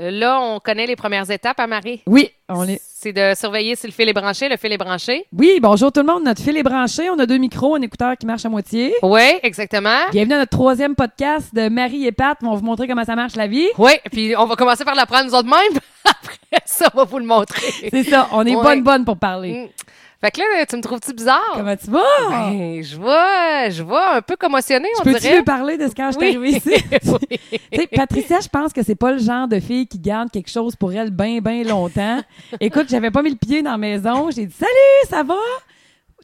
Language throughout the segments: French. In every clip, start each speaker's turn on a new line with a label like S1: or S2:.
S1: Euh, Là, on connaît les premières étapes à Marie.
S2: Oui, on est.
S1: C'est de surveiller si le fil est branché. Le fil est branché.
S2: Oui, bonjour tout le monde. Notre fil est branché. On a deux micros, un écouteur qui marche à moitié.
S1: Oui, exactement.
S2: Bienvenue à notre troisième podcast de Marie et Pat. On va vous montrer comment ça marche la vie.
S1: Oui, puis on va commencer par l'apprendre nous autres mêmes. Après ça, on va vous le montrer.
S2: C'est ça, on est
S1: Ouais.
S2: bonne bonne pour parler.
S1: Mm. Fait que là, tu me trouves-tu bizarre?
S2: Comment tu vas?
S1: Ben, je vois, je vois un peu commotionné, on
S2: Je peux-tu
S1: dirait.
S2: lui parler de ce quand je suis arrivée ici?
S1: Oui.
S2: Tu sais, Patricia, je pense que c'est pas le genre de fille qui garde quelque chose pour elle bien, bien longtemps. Écoute, j'avais pas mis le pied dans la maison. J'ai dit « Salut, ça va? »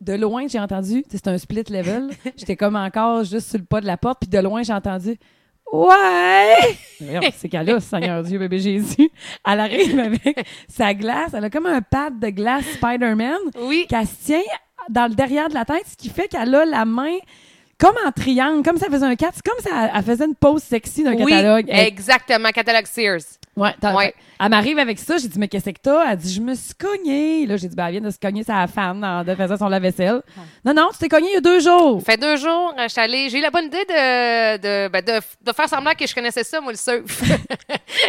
S2: De loin, j'ai entendu. tu sais, C'est un split level. J'étais comme encore juste sur le pas de la porte. Puis de loin, j'ai entendu « Ouais! » Voyons, C'est qu'elle a, Seigneur Dieu, bébé Jésus. Elle arrive avec sa glace. Elle a comme un pad de glace Spider-Man
S1: Oui.
S2: qu'elle se tient dans le derrière de la tête, ce qui fait qu'elle a la main comme en triangle, comme ça faisait un 4, c'est comme ça elle faisait une pause sexy d'un
S1: Oui,
S2: catalogue. Elle-
S1: exactement, catalogue Sears.
S2: ouais, t'as-
S1: ouais.
S2: Elle m'arrive avec ça, j'ai dit mais qu'est-ce que t'as Elle dit je me suis cognée. Là j'ai dit ben elle vient de se cogner sa fan en de faisant son lave-vaisselle. Non non, tu t'es cognée il y a deux jours.
S1: Fait deux jours, euh, je suis allée- j'ai eu la bonne idée de, de, ben, de, de faire semblant que je connaissais ça, moi, le surf.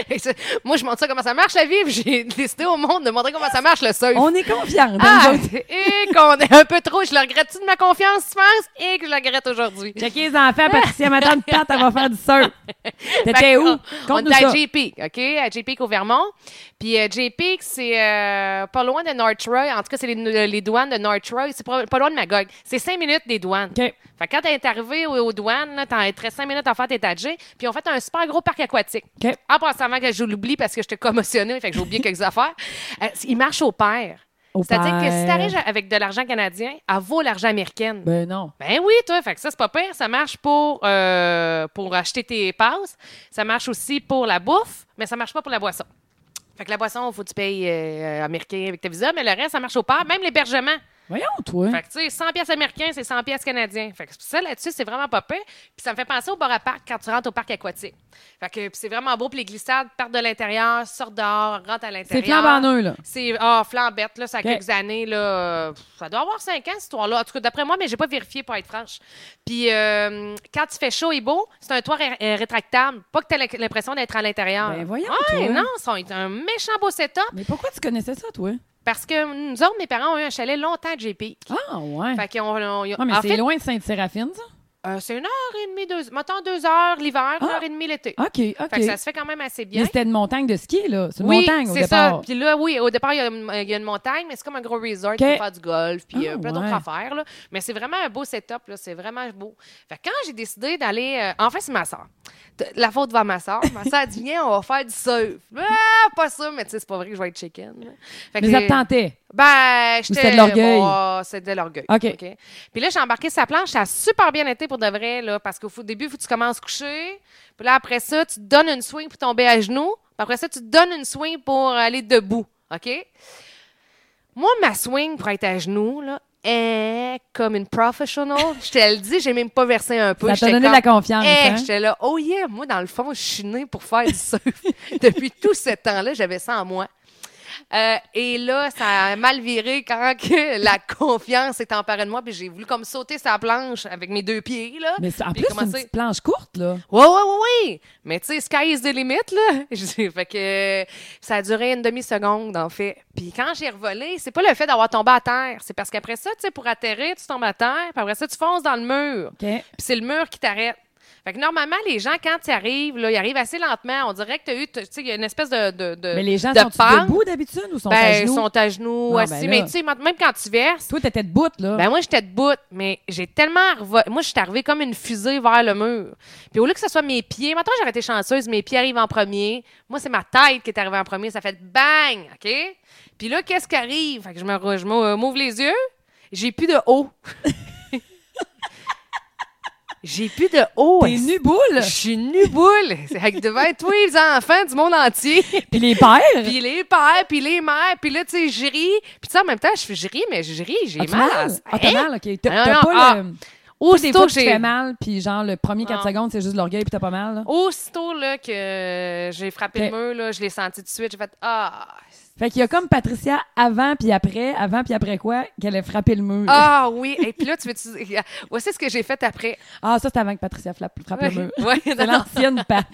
S1: Et ça, moi, je montre ça comment ça marche la vie, puis j'ai décidé au monde de montrer comment ça marche le surf.
S2: On est confiants. dans
S1: Ah,
S2: nous autres.
S1: et qu'on est un peu trop, je le regrette-tu de ma confiance, tu penses? Et que je le regrette aujourd'hui.
S2: Checkez les enfants, Patricia, ma tante Pat, elle va faire du surf.
S1: Fait
S2: T'étais
S1: que,
S2: où?
S1: On
S2: Compte-nous
S1: était à
S2: ça.
S1: J Peak, OK? À J Peak au Vermont. Puis euh, J Peak, c'est euh, pas loin de North Roy. En tout cas, c'est les, euh, les douanes de North Roy. C'est pas, pas loin de Magog. C'est cinq minutes des douanes.
S2: OK.
S1: Fait que quand t'es arrivé aux, aux douanes, là, t'en es très cinq minutes à faire tes tadjés. Puis on fait un super gros parc aquatique.
S2: OK.
S1: En passant avant que je l'oublie parce que j'étais commotionnée, fait que j'ai oublié quelques affaires. Euh, il marche au pair.
S2: Au
S1: C'est-à-dire que
S2: pair.
S1: si t'arrives avec de l'argent canadien, elle vaut l'argent américain.
S2: Ben non.
S1: Ben oui, toi, fait que ça, c'est pas pire. Ça marche pour, euh, pour acheter tes passes. Ça marche aussi pour la bouffe, mais ça marche pas pour la boisson. Fait que la boisson, il faut que tu payes euh, américain avec ta visa, mais le reste, ça marche au pas, même l'hébergement.
S2: Voyons toi.
S1: Fait que, tu sais, 100 pièces américains, c'est 100 pièces canadiens. Fait que ça, là-dessus, c'est vraiment pas pire. Puis ça me fait penser au bar à parc quand tu rentres au parc aquatique. Fait que puis c'est vraiment beau. Puis les glissades partent de l'intérieur, sortent dehors, rentrent à l'intérieur.
S2: C'est flambant neuf là.
S1: C'est ah flambette là, ça a
S2: Ok.
S1: quelques années là, euh, ça doit avoir cinq ans cette histoire-là. En tout cas d'après moi, mais j'ai pas vérifié pour être franche. Puis euh, quand il fait chaud et beau, c'est un toit ré- euh, rétractable, pas que t'as l'in- l'impression d'être à l'intérieur.
S2: Ben voyons,
S1: Ouais,
S2: toi.
S1: non, c'est un méchant beau setup
S2: Mais pourquoi tu connaissais ça toi
S1: parce que nous autres, mes parents ont eu un chalet longtemps à JP.
S2: Ah ouais.
S1: Fait qu'on- on- on-
S2: Ouais, mais
S1: en
S2: c'est
S1: fait,
S2: loin de Sainte-Séraphine, ça?
S1: euh, c'est une heure et demie, deux, mettons deux heures l'hiver, une
S2: Ah.
S1: heure et demie l'été.
S2: OK, OK.
S1: Fait que ça se fait quand même assez bien.
S2: Mais c'était une montagne de ski, là. C'est une
S1: oui,
S2: montagne au
S1: c'est
S2: départ.
S1: ça. Puis là, oui, au départ, il y, a une- euh, il y a une montagne, mais c'est comme un gros resort
S2: OK.
S1: pour faire du golf, puis
S2: Ah,
S1: euh, plein d'autres
S2: ouais.
S1: affaires. là. Mais c'est vraiment un beau setup, là. c'est vraiment beau. Fait que quand j'ai décidé d'aller... euh, En fait, c'est ma soeur. La faute va à ma soeur. Ma soeur a dit, viens, on va faire du surf. Ah, pas ça, mais tu sais, c'est pas vrai que je vais être chicken. là. Fait que
S2: Mais ça
S1: j'ai-
S2: te tentait.
S1: ben, j'étais.
S2: c'était de l'orgueil?
S1: Oh, c'était de l'orgueil.
S2: OK.
S1: Puis là, j'ai embarqué sa planche. Ça a super bien été pour de vrai, là, parce qu'au fou- début, faut que tu commences coucher. Puis là, après ça, tu te donnes une swing pour tomber à genoux. Puis après ça, tu te donnes une swing pour aller debout. OK? Moi, ma swing pour être à genoux, là, est comme une professional. je te le dis, j'ai même pas versé un peu.
S2: Ça t'a
S1: J'étais
S2: donné
S1: comme,
S2: la confiance,
S1: Hey,
S2: hein?
S1: J'étais là, oh yeah, moi, dans le fond, je suis née pour faire du surf. Depuis tout ce temps-là, j'avais ça en moi. Euh, et là, ça a mal viré quand que la confiance est emparée de moi, puis j'ai voulu comme sauter sa planche avec mes deux pieds, là.
S2: Mais c'est- en
S1: Puis
S2: plus, c'est une
S1: commencer-
S2: petite planche courte, là.
S1: Ouais, ouais, ouais, ouais. Mais tu sais, sky is the limit, là. J'ai- fait que ça a duré une demi-seconde, en fait. Puis quand j'ai revolé, c'est pas le fait d'avoir tombé à terre. C'est parce qu'après ça, tu sais, pour atterrir, tu tombes à terre, puis après ça, tu fonces dans le mur.
S2: OK.
S1: Puis c'est le mur qui t'arrête. Fait que normalement, les gens, quand ils arrivent, là, ils arrivent assez lentement. On dirait que t'as eu, tu sais, il y a une espèce de. de, de
S2: Mais les gens
S1: de
S2: sont
S1: pente.
S2: debout d'habitude ou sont à
S1: Ben, ils
S2: genoux?
S1: sont à genoux,
S2: Non,
S1: assis.
S2: ben là.
S1: mais tu sais, même quand tu verses,
S2: Toi, t'étais debout, là.
S1: ben moi, j'étais debout, mais j'ai tellement. revo- Moi, je suis arrivée comme une fusée vers le mur. Puis au lieu que ce soit mes pieds, maintenant, j'aurais été chanceuse, mes pieds arrivent en premier. Moi, c'est ma tête qui est arrivée en premier. Ça fait bang, OK? Puis là, qu'est-ce qui arrive? Fait que je me re- je m'ou- m'ouvre les yeux. J'ai plus de haut. j'ai plus de haut.
S2: T'es nu boule.
S1: Je suis nu boule. C'est avec devant tous les hein, enfants du monde entier.
S2: Puis les pères.
S1: Puis les pères, puis les mères, puis là, tu sais, je ris. Puis tu sais, en même temps, je fais- je ris, mais je ris, j'ai
S2: As-tu
S1: mal.
S2: mal? Ah, t'as
S1: Hein?
S2: mal, OK. T'as
S1: Non,
S2: t'as
S1: non,
S2: pas
S1: ah.
S2: le... Des
S1: Aussitôt
S2: fois,
S1: que
S2: tu te fais
S1: j'ai...
S2: mal, puis genre, le premier 4
S1: Non. Oh.
S2: secondes, c'est juste de l'orgueil, puis t'as pas mal, là.
S1: Aussitôt là, que j'ai frappé
S2: Ok.
S1: le mur, là, je l'ai senti tout de suite. J'ai fait « Ah!
S2: Fait qu'il y a comme Patricia avant puis après, avant puis après quoi, qu'elle a frappé le mur.
S1: Ah oui, et puis là, tu veux-tu... Voici ce que j'ai fait après.
S2: Ah, ça, c'est avant que Patricia frappe, frappe le mur.
S1: Ouais,
S2: C'est
S1: non, non.
S2: l'ancienne Pat.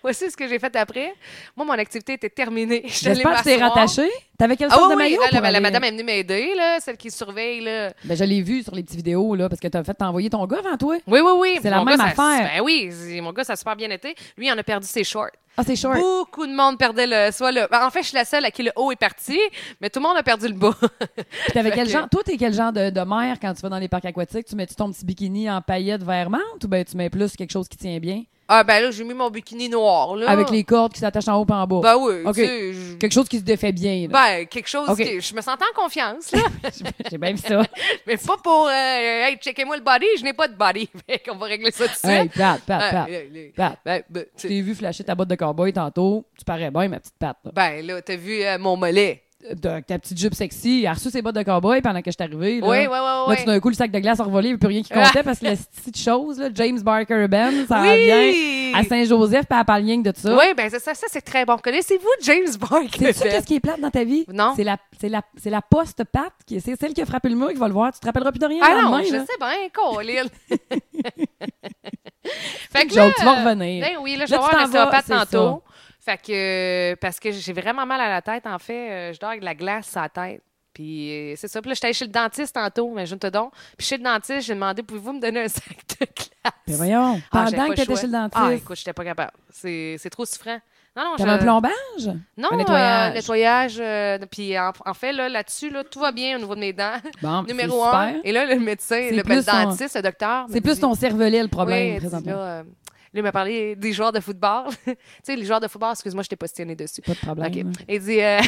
S1: Voici ce que j'ai fait après. Moi, mon activité était terminée. Je suis allée
S2: J'espère que tu t'es
S1: m'asseoir.
S2: rattachée. T'avais quelle
S1: Ah
S2: sorte
S1: oui,
S2: de maillot?
S1: là, la,
S2: pour
S1: la
S2: aller-
S1: madame est venue m'aider, là, celle qui surveille. Là.
S2: Ben, je l'ai vu sur les petites vidéos, là, parce que t'as fait t'envoyer ton gars avant toi.
S1: Oui, oui, oui.
S2: C'est la
S1: Mon
S2: même
S1: gars, ça-
S2: affaire.
S1: ben oui, c'est- mon gars, ça a super bien été. Lui, il en a perdu ses shorts.
S2: Ah, c'est short.
S1: Beaucoup de monde perdait le. Soit le ben, en fait, je suis la seule à qui le haut est parti, mais tout le monde a perdu le bas.
S2: Puis t'avais
S1: Fait
S2: quel
S1: que-
S2: genre? Toi, t'es quel genre de, de mère quand tu vas dans les parcs aquatiques? Tu mets-tu ton petit bikini en paillettes vermantes ou ben tu mets plus quelque chose qui tient bien?
S1: ah, ben là, j'ai mis mon bikini noir. Là.
S2: Avec les cordes qui s'attachent en haut et en bas.
S1: Ben oui,
S2: Ok.
S1: tu sais, je-
S2: Quelque chose qui se défait bien. là.
S1: Ben, quelque chose
S2: Ok.
S1: que je me sentais en confiance, là.
S2: J'ai bien vu ça.
S1: mais pas pour, euh, hey, checkez-moi le body, je n'ai pas de body. Fait qu'on va régler ça tout de suite.
S2: hey, Pat, Pat,
S1: Ah,
S2: Pat,
S1: euh, les-
S2: Pat.
S1: Ben, ben, tu-
S2: Je t'ai vu flasher ta botte de cowboy tantôt. Tu parais bien, ma petite Pat. là.
S1: ben, là, t'as vu euh, mon mollet.
S2: De- ta petite jupe sexy. Elle a reçu ses bottes de cowboy pendant que je suis arrivée. là.
S1: Oui, oui, oui,
S2: Là, tout
S1: oui.
S2: d'un coup, le sac de glace a revolé, il n'y a plus rien qui comptait parce que la petite chose, là, James Barker Ben, ça revient
S1: oui!
S2: à Saint-Joseph pas à Palling de tout ça.
S1: Oui, ben c'est ça, ça c'est très bon. Connaissez-vous James Barker?
S2: Ah. Sais-tu qu'est-ce qui est plate dans ta vie?
S1: Non.
S2: C'est la, c'est la, c'est la poste Pat, qui, c'est celle qui a frappé le mur qui va le voir. Tu te rappelleras plus de rien.
S1: Ah
S2: le
S1: non,
S2: lendemain,
S1: je
S2: là.
S1: sais bien, Colin. fait
S2: Joke, tu vas revenir.
S1: Ben oui, là, je
S2: Là,
S1: vais voir
S2: tu
S1: un
S2: t'en vas,
S1: ostéopathe
S2: c'est
S1: tantôt. Fait que, euh, parce que j'ai vraiment mal à la tête, en fait. euh, je dors avec de la glace à la tête. Puis euh, c'est ça. Puis là, j'étais allée chez le dentiste tantôt, mais je te donc. Puis chez le dentiste, j'ai demandé, pouvez-vous me donner un sac de
S2: Mais
S1: glace?
S2: Ben voyons,
S1: Ah, j'avais pas
S2: pendant que t'étais
S1: choix.
S2: chez le dentiste,
S1: Ah, écoute, j'étais pas capable. C'est c'est trop souffrant. Non, non,
S2: t'avais un
S1: je-
S2: plombage?
S1: Non,
S2: Un
S1: euh,
S2: nettoyage.
S1: nettoyage, euh, puis en, en fait, là, là-dessus, là, tout va bien au niveau de mes dents.
S2: Bon,
S1: Numéro
S2: Ah,
S1: un.
S2: c'est super.
S1: Et là, le médecin,
S2: C'est
S1: le,
S2: plus
S1: le
S2: ton-
S1: dentiste, le docteur.
S2: C'est plus ton cervelet le
S1: problème,
S2: problème, présentement.
S1: Là, euh, là, il m'a parlé des joueurs de football. tu sais, les joueurs de football, excuse-moi, je t'ai postionné dessus.
S2: Pas de problème.
S1: OK.
S2: hein.
S1: Il dit, euh,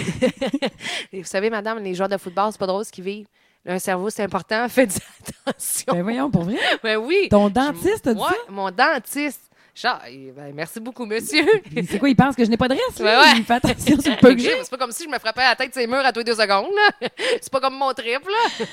S1: vous savez, madame, les joueurs de football, c'est pas drôle ce qu'ils vivent. Un cerveau, c'est important. Faites attention.
S2: Ben voyons, pour vrai.
S1: Mais oui.
S2: Ton dentiste a dit
S1: Moi, mon dentiste. Genre, il- ben, merci beaucoup, monsieur.
S2: ça? C'est quoi, il pense que je n'ai pas de reste?
S1: Ouais,
S2: lui?
S1: ouais.
S2: Il fait attention sur le peu que
S1: Écoute,
S2: j'ai.
S1: C'est pas comme si je me frappais à la tête ces murs à tous les deux secondes. là. C'est pas comme mon trip. Là.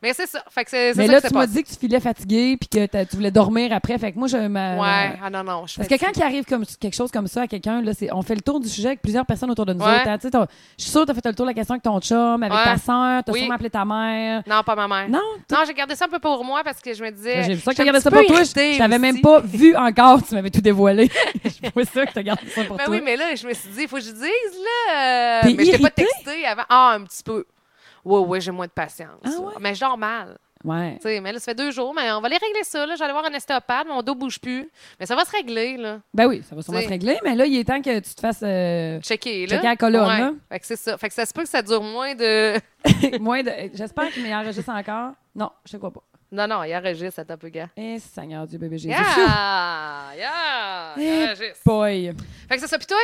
S1: Mais c'est ça. Fait que c'est c'est
S2: Mais
S1: ça
S2: là,
S1: qui s'est
S2: tu m'as
S1: passé.
S2: dit que tu filais fatigué puis que t'as- tu voulais dormir après. Fait que moi, je m'a-
S1: Ouais, ah non, non. Je
S2: euh, Parce que
S1: fais-
S2: quand il arrive comme, quelque chose comme ça à quelqu'un, là, c'est, on fait le tour du sujet avec plusieurs personnes autour de nous
S1: Ouais.
S2: autres. hein. Tu sais, t'as- Je suis sûre que tu as fait le tour de la question avec ton chum, avec
S1: Ouais.
S2: ta soeur, tu as
S1: Oui.
S2: sûrement appelé ta mère.
S1: Non, pas ma mère.
S2: Non? Ben,
S1: Non, j'ai gardé ça un peu pour moi parce que je me disais.
S2: J'ai vu ça que
S1: j'étais
S2: tu
S1: un
S2: regardais ça
S1: petit peu
S2: pour toi.
S1: irritée
S2: Je t'avais même
S1: aussi.
S2: pas vu encore. Tu m'avais tout dévoilé. Je vois ça que tu gardé ça pour
S1: Ben
S2: toi.
S1: oui, mais là, je me suis dit, il faut que je dise, là. euh,
S2: T'es
S1: mais je t'ai pas
S2: irritée?
S1: texté avant. Ah, un petit peu. Ouais, ouais, j'ai moins de patience.
S2: Ah
S1: là.
S2: ouais?
S1: Mais je dors mal.
S2: Ouais.
S1: Tu sais, mais là, ça fait deux jours, mais on va aller régler ça. Là. J'allais voir un ostéopathe, mon dos bouge plus. Mais ça va se régler, là.
S2: Ben oui, ça va sûrement
S1: T'sais.
S2: se régler, mais là, il est temps que tu te fasses euh,
S1: Checker, là.
S2: checker la colonne.
S1: Ouais.
S2: là.
S1: Fait que c'est ça. Fait que ça se peut que ça dure moins de.
S2: Moins de- J'espère qu'il m'enregistre encore. Non, je sais quoi pas.
S1: Non, non, il enregistre, ça tape peu gars.
S2: Eh, Seigneur Dieu, bébé Jésus.
S1: Yeah! Yeah! Il
S2: Eh,
S1: enregistre.
S2: Boy.
S1: Fait que c'est ça. Puis toi?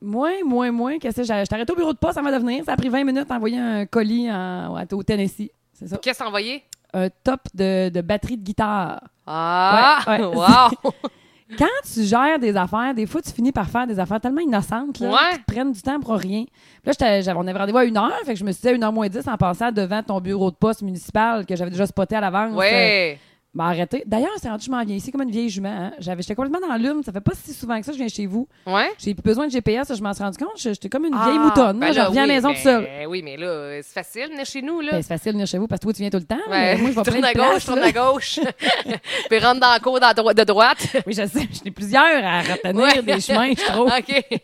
S2: Moins, moins, moins. Qu'est-ce que j'ai- je t'arrête au bureau de poste avant de venir. Ça a pris 20 minutes d'envoyer un colis en- à- au Tennessee. C'est ça.
S1: Qu'est-ce que t'as envoyé?
S2: Un top de, de batterie de guitare.
S1: Ah!
S2: Ouais, ouais.
S1: Wow!
S2: Quand tu gères des affaires, des fois, tu finis par faire des affaires tellement innocentes là,
S1: Ouais.
S2: qui te prennent du temps pour rien. Puis Là, j'étais- j'avais- on avait rendez-vous à une heure. Fait que je me suis dit à une heure moins dix en passant devant ton bureau de poste municipal que j'avais déjà spoté à l'avance. euh,
S1: ouais!
S2: m'a arrêté. D'ailleurs, c'est rendu, je m'en viens ici comme une vieille jument. hein. J'avais, j'étais complètement dans l'une. Ça fait pas si souvent que ça, je viens chez vous.
S1: Ouais?
S2: J'ai plus besoin de GPS, je m'en suis rendu compte. Je- J'étais comme une
S1: Ah,
S2: vieille moutonne.
S1: ben
S2: là. je
S1: là,
S2: reviens
S1: oui,
S2: à la maison
S1: ben,
S2: tout seul.
S1: Oui, mais là, euh, c'est facile, venir chez nous, là.
S2: Ben, c'est facile de venir chez vous parce que toi, tu viens tout le temps.
S1: Ouais.
S2: mais moi, je vais
S1: tourne
S2: plein
S1: à
S2: de
S1: gauche,
S2: places,
S1: tourne
S2: là.
S1: à gauche. Puis rentre dans la cour d'en dro- de droite.
S2: Oui, je sais. J'en ai plusieurs à retenir
S1: Ouais.
S2: des chemins, je trouve.
S1: OK.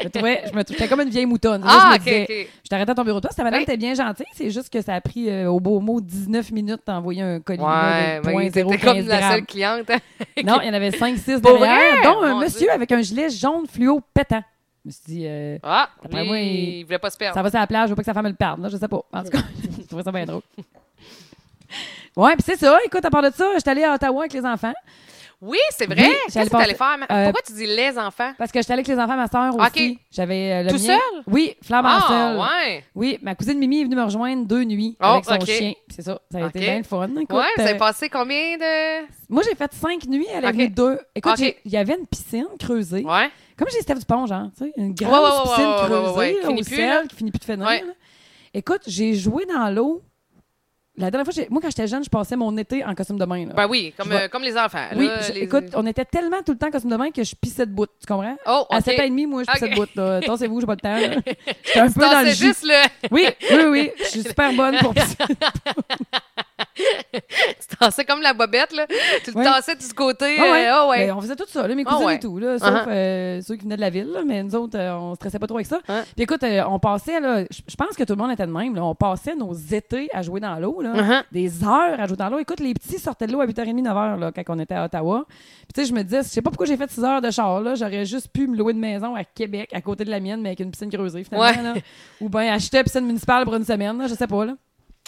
S2: Je me trouvais, je me trouvais j'étais comme une vieille moutonne. Là,
S1: Ah,
S2: je me
S1: OK,
S2: disais,
S1: OK.
S2: Je t'arrêtais à ton bureau de poste. Ta madame
S1: Oui.
S2: était bien gentille. C'est juste que ça a pris, euh, au beau mot, 19 minutes d'envoyer un colis là,
S1: Ouais,
S2: de
S1: ben,
S2: 0.015
S1: t'étais comme la
S2: grammes.
S1: seule cliente.
S2: Non, il y en avait 5-6
S1: Pour
S2: derrière,
S1: vrai?
S2: dont un
S1: Mon
S2: monsieur
S1: Dieu.
S2: avec un gilet jaune fluo pétant. Je me suis dit, euh,
S1: Ah,
S2: D'après
S1: lui,
S2: moi, il-
S1: il... voulait pas se perdre.
S2: ça va sur la plage, je veux pas que sa femme le perde, là, je sais pas. En tout cas, je trouvais ça bien drôle. Ouais, puis c'est ça. Écoute, à part de ça, je suis allée à Ottawa avec les enfants.
S1: Oui, c'est
S2: Oui,
S1: vrai.
S2: j'allais
S1: Qu'est-ce que t'allais
S2: penser-
S1: faire? ma-
S2: Euh,
S1: Pourquoi tu dis les enfants?
S2: Parce que j'étais allée avec les enfants, ma soeur aussi.
S1: Ok.
S2: J'avais euh, le
S1: Tout
S2: mien.
S1: seul?
S2: Oui, flambant
S1: Ah,
S2: seul.
S1: ouais.
S2: Oui, ma cousine Mimi est venue me rejoindre deux nuits
S1: Oh,
S2: avec son
S1: ok.
S2: chien. Puis C'est ça, ça a
S1: Ok.
S2: été bien le fun. Écoute,
S1: ouais, vous
S2: euh,
S1: avez passé combien de.
S2: moi, j'ai fait cinq nuits, elle est
S1: Ok.
S2: venue deux. Écoute,
S1: Ok.
S2: j'ai- il y avait une piscine creusée.
S1: Ouais.
S2: Comme j'ai Steph Dupont, genre, tu sais,
S1: Ouais,
S2: une
S1: ouais,
S2: grosse
S1: ouais,
S2: piscine
S1: ouais, ouais,
S2: creusée
S1: ouais, ouais, qui
S2: là, au
S1: finit plus,
S2: sel,
S1: là.
S2: qui finit plus de finir.
S1: Ouais.
S2: là. Écoute, j'ai joué dans l'eau La dernière fois, j'ai- moi, quand j'étais jeune, je passais mon été en costume de bain. là.
S1: Ben oui, comme,
S2: Je vais-
S1: euh, comme les enfants.
S2: oui,
S1: là,
S2: je-
S1: les-
S2: écoute, on était tellement tout le temps en costume de bain que je pissais de bout. Tu comprends?
S1: Oh,
S2: À
S1: ok.
S2: 7 Ah, ans et demi, moi, je pissais
S1: Ok.
S2: de bout. là. Tassez-vous, j'ai pas le temps. là. J'étais un peu
S1: Non,
S2: dans le
S1: c'est
S2: jus.
S1: juste le.
S2: Oui, oui, oui. Je suis super bonne pour pisser.
S1: Tu tassais comme la bobette, là. Tu le
S2: Ouais.
S1: tassais du côté.
S2: Ah ouais.
S1: euh, oh, ouais.
S2: Ben, on faisait tout ça, là, mes
S1: Ah
S2: cousins
S1: ouais.
S2: et tout, là, sauf
S1: Uh-huh.
S2: euh, ceux qui venaient de la ville, là, mais nous autres, euh, on se stressait pas trop avec ça.
S1: Ouais.
S2: Puis écoute, euh, on passait, là, je je pense que tout le monde était de même, là, on passait nos étés à jouer dans l'eau, là,
S1: Uh-huh.
S2: des heures à jouer dans l'eau. Écoute, les petits sortaient de l'eau à 8h30, 9h, là, quand on était à Ottawa. Puis tu sais, je me disais, je sais pas pourquoi j'ai fait 6 heures de char, là, j'aurais juste pu me louer une maison à Québec, à côté de la mienne, mais avec une piscine creusée, finalement, là. ou bien acheter une piscine municipale pour une semaine, là, je sais pas, là.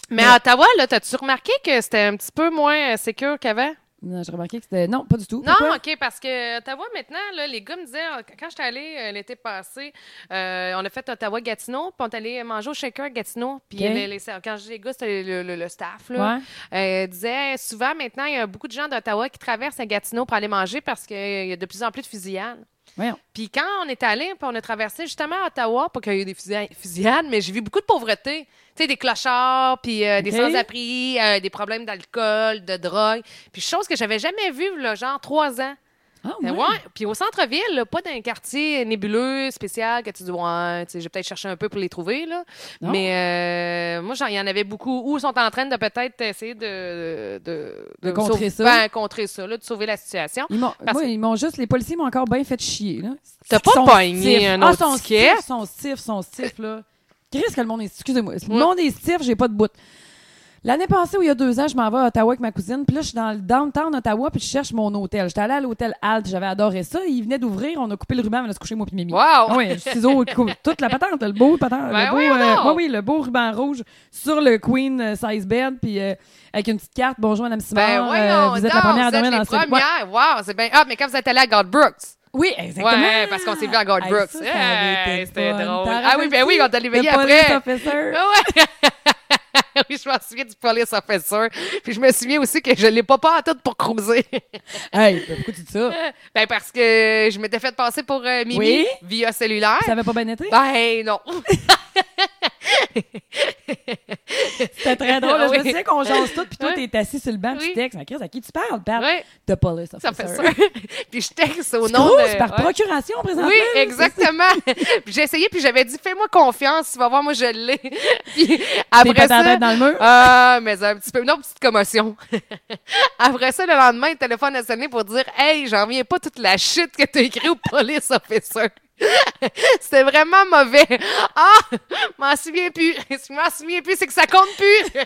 S1: Mais à Ottawa, là, t'as-tu remarqué que c'était un petit peu moins euh, sécure qu'avant?
S2: Non, J'ai remarqué que c'était... Non, pas du tout.
S1: Non,
S2: Pourquoi?
S1: OK, parce que Ottawa, maintenant, là, les gars me disaient, euh, quand j'étais allée euh, l'été passé, euh, on a fait Ottawa-Gatineau, puis on est allé manger au Shaker Gatineau. Puis il y
S2: OK.
S1: avait les, quand j'ai les gars, c'était le, le- le staff, là.
S2: Ouais.
S1: Euh, disait souvent, maintenant, il y a beaucoup de gens d'Ottawa qui traversent à Gatineau pour aller manger parce qu'il y a de plus en plus de fusillades.
S2: Voyons.
S1: Puis quand on est allé, puis on a traversé justement à Ottawa, pas qu'il y a eu des fusi- fusillades, mais j'ai vu beaucoup de pauvreté. Tu sais, des clochards, puis euh, des
S2: Ok.
S1: sans-abri, euh, des problèmes d'alcool, de drogue. Puis chose que j'avais jamais vue, là, genre trois ans.
S2: Ah,
S1: Euh,
S2: ouais.
S1: ouais. Puis au centre-ville, là, pas dans un quartier nébuleux, spécial, que tu dis, ouais, tu sais, j'ai peut-être cherché un peu pour les trouver, là.
S2: Non.
S1: Mais euh, moi, genre, il y en avait beaucoup où sont en train de peut-être essayer de. De,
S2: De contrer ça.
S1: ben, contrer ça, là, de sauver la situation.
S2: Ils m'ont,
S1: Parce-
S2: moi, ils m'ont juste, les policiers m'ont encore bien fait chier, là.
S1: T'as pas
S2: Ils sont
S1: pogné
S2: stiffs.
S1: un
S2: ah,
S1: autre
S2: sont
S1: ticket?
S2: stiffs, sont stiffs, sont stiffs, là. Chris, que le monde est, excusez-moi, le
S1: Ouais.
S2: monde est stiff, j'ai pas de bout. L'année passée, ou il y a deux ans, je m'en vais à Ottawa avec ma cousine, puis là, je suis dans le downtown Ottawa, puis je cherche mon hôtel. J'étais allée à l'hôtel Alt, j'avais adoré ça, il venait d'ouvrir, on a coupé le ruban, on a se couché, moi puis Mimi.
S1: Wow!
S2: Ah oui, ciseaux, cou- toute la patente, le beau patente,
S1: Ben
S2: le beau,
S1: oui,
S2: euh,
S1: non.
S2: ouais, oui, le beau ruban rouge sur le queen euh, size bed, puis euh, avec une petite carte, bonjour madame Simon,
S1: Ben
S2: euh,
S1: voyons,
S2: vous êtes
S1: donc,
S2: la première à
S1: vous êtes
S2: dormir
S1: les
S2: dans cette Ouais.
S1: premières. Wow, c'est bien. Ah, mais quand vous êtes allé à God Brooks.
S2: Oui, exactement.
S1: Ouais, parce qu'on s'est vu à Garth
S2: Hey,
S1: Brooks.
S2: ça, ça avait été
S1: Hey,
S2: le
S1: c'était
S2: fun.
S1: drôle.
S2: T'en
S1: Ah oui, ben oui,
S2: rappelles-tu?
S1: on t'a réveillé
S2: Le police
S1: après.
S2: officer.
S1: Ah ouais. oui, je m'en souviens du police officer. Puis je me souviens aussi que je l'ai pas pas en tête pour cruiser.
S2: Hey, ben, pourquoi tu dis ça?
S1: ben parce que je m'étais fait passer pour euh, Mimi
S2: Oui.
S1: via cellulaire.
S2: Ça avait pas bien été?
S1: Ben non.
S2: C'était très drôle. là. Je me
S1: Oui.
S2: souviens qu'on jase tout, puis toi,
S1: Oui.
S2: t'es assis sur le banc, puis
S1: Oui.
S2: tu textes. Mais Chris, à qui tu parles? Parle
S1: ouais,
S2: de police
S1: ça
S2: officer.
S1: fait ça. Puis je texte au
S2: Ah, Tu
S1: nom
S2: croises
S1: de
S2: par
S1: ouais.
S2: procuration, présentement.
S1: Oui,
S2: là, c'est ça.
S1: exactement. Puis j'ai essayé, puis j'avais dit, fais-moi confiance, tu vas voir, moi je l'ai. Puis
S2: T'es
S1: après
S2: pas ta
S1: ça,
S2: tête dans le mur?
S1: Ah, mais un petit peu. Non, petite commotion. Après ça, le lendemain, le téléphone a sonné pour dire Hey, j'en reviens pas toute la shit que t'as écrit au police officer. C'était vraiment mauvais. Ah, je m'en souviens plus. Si je m'en souviens plus, c'est que ça compte plus.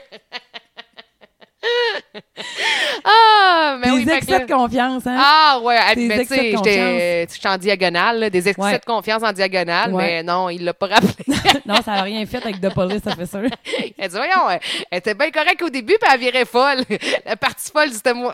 S1: ah, mais
S2: Des
S1: oui, fait que
S2: excès de
S1: là-
S2: confiance, hein?
S1: ah ouais, ah,
S2: Des
S1: mais tu
S2: excès de
S1: sais, j'étais j'étais en diagonale, là, des excès
S2: Ouais.
S1: de confiance en diagonale,
S2: Ouais.
S1: mais non, il l'a pas rappelé.
S2: Non, ça n'a rien fait avec de police officer.
S1: Elle dit, voyons, elle- elle était bien correcte au début, puis elle virait folle. La partie folle, c'était moi.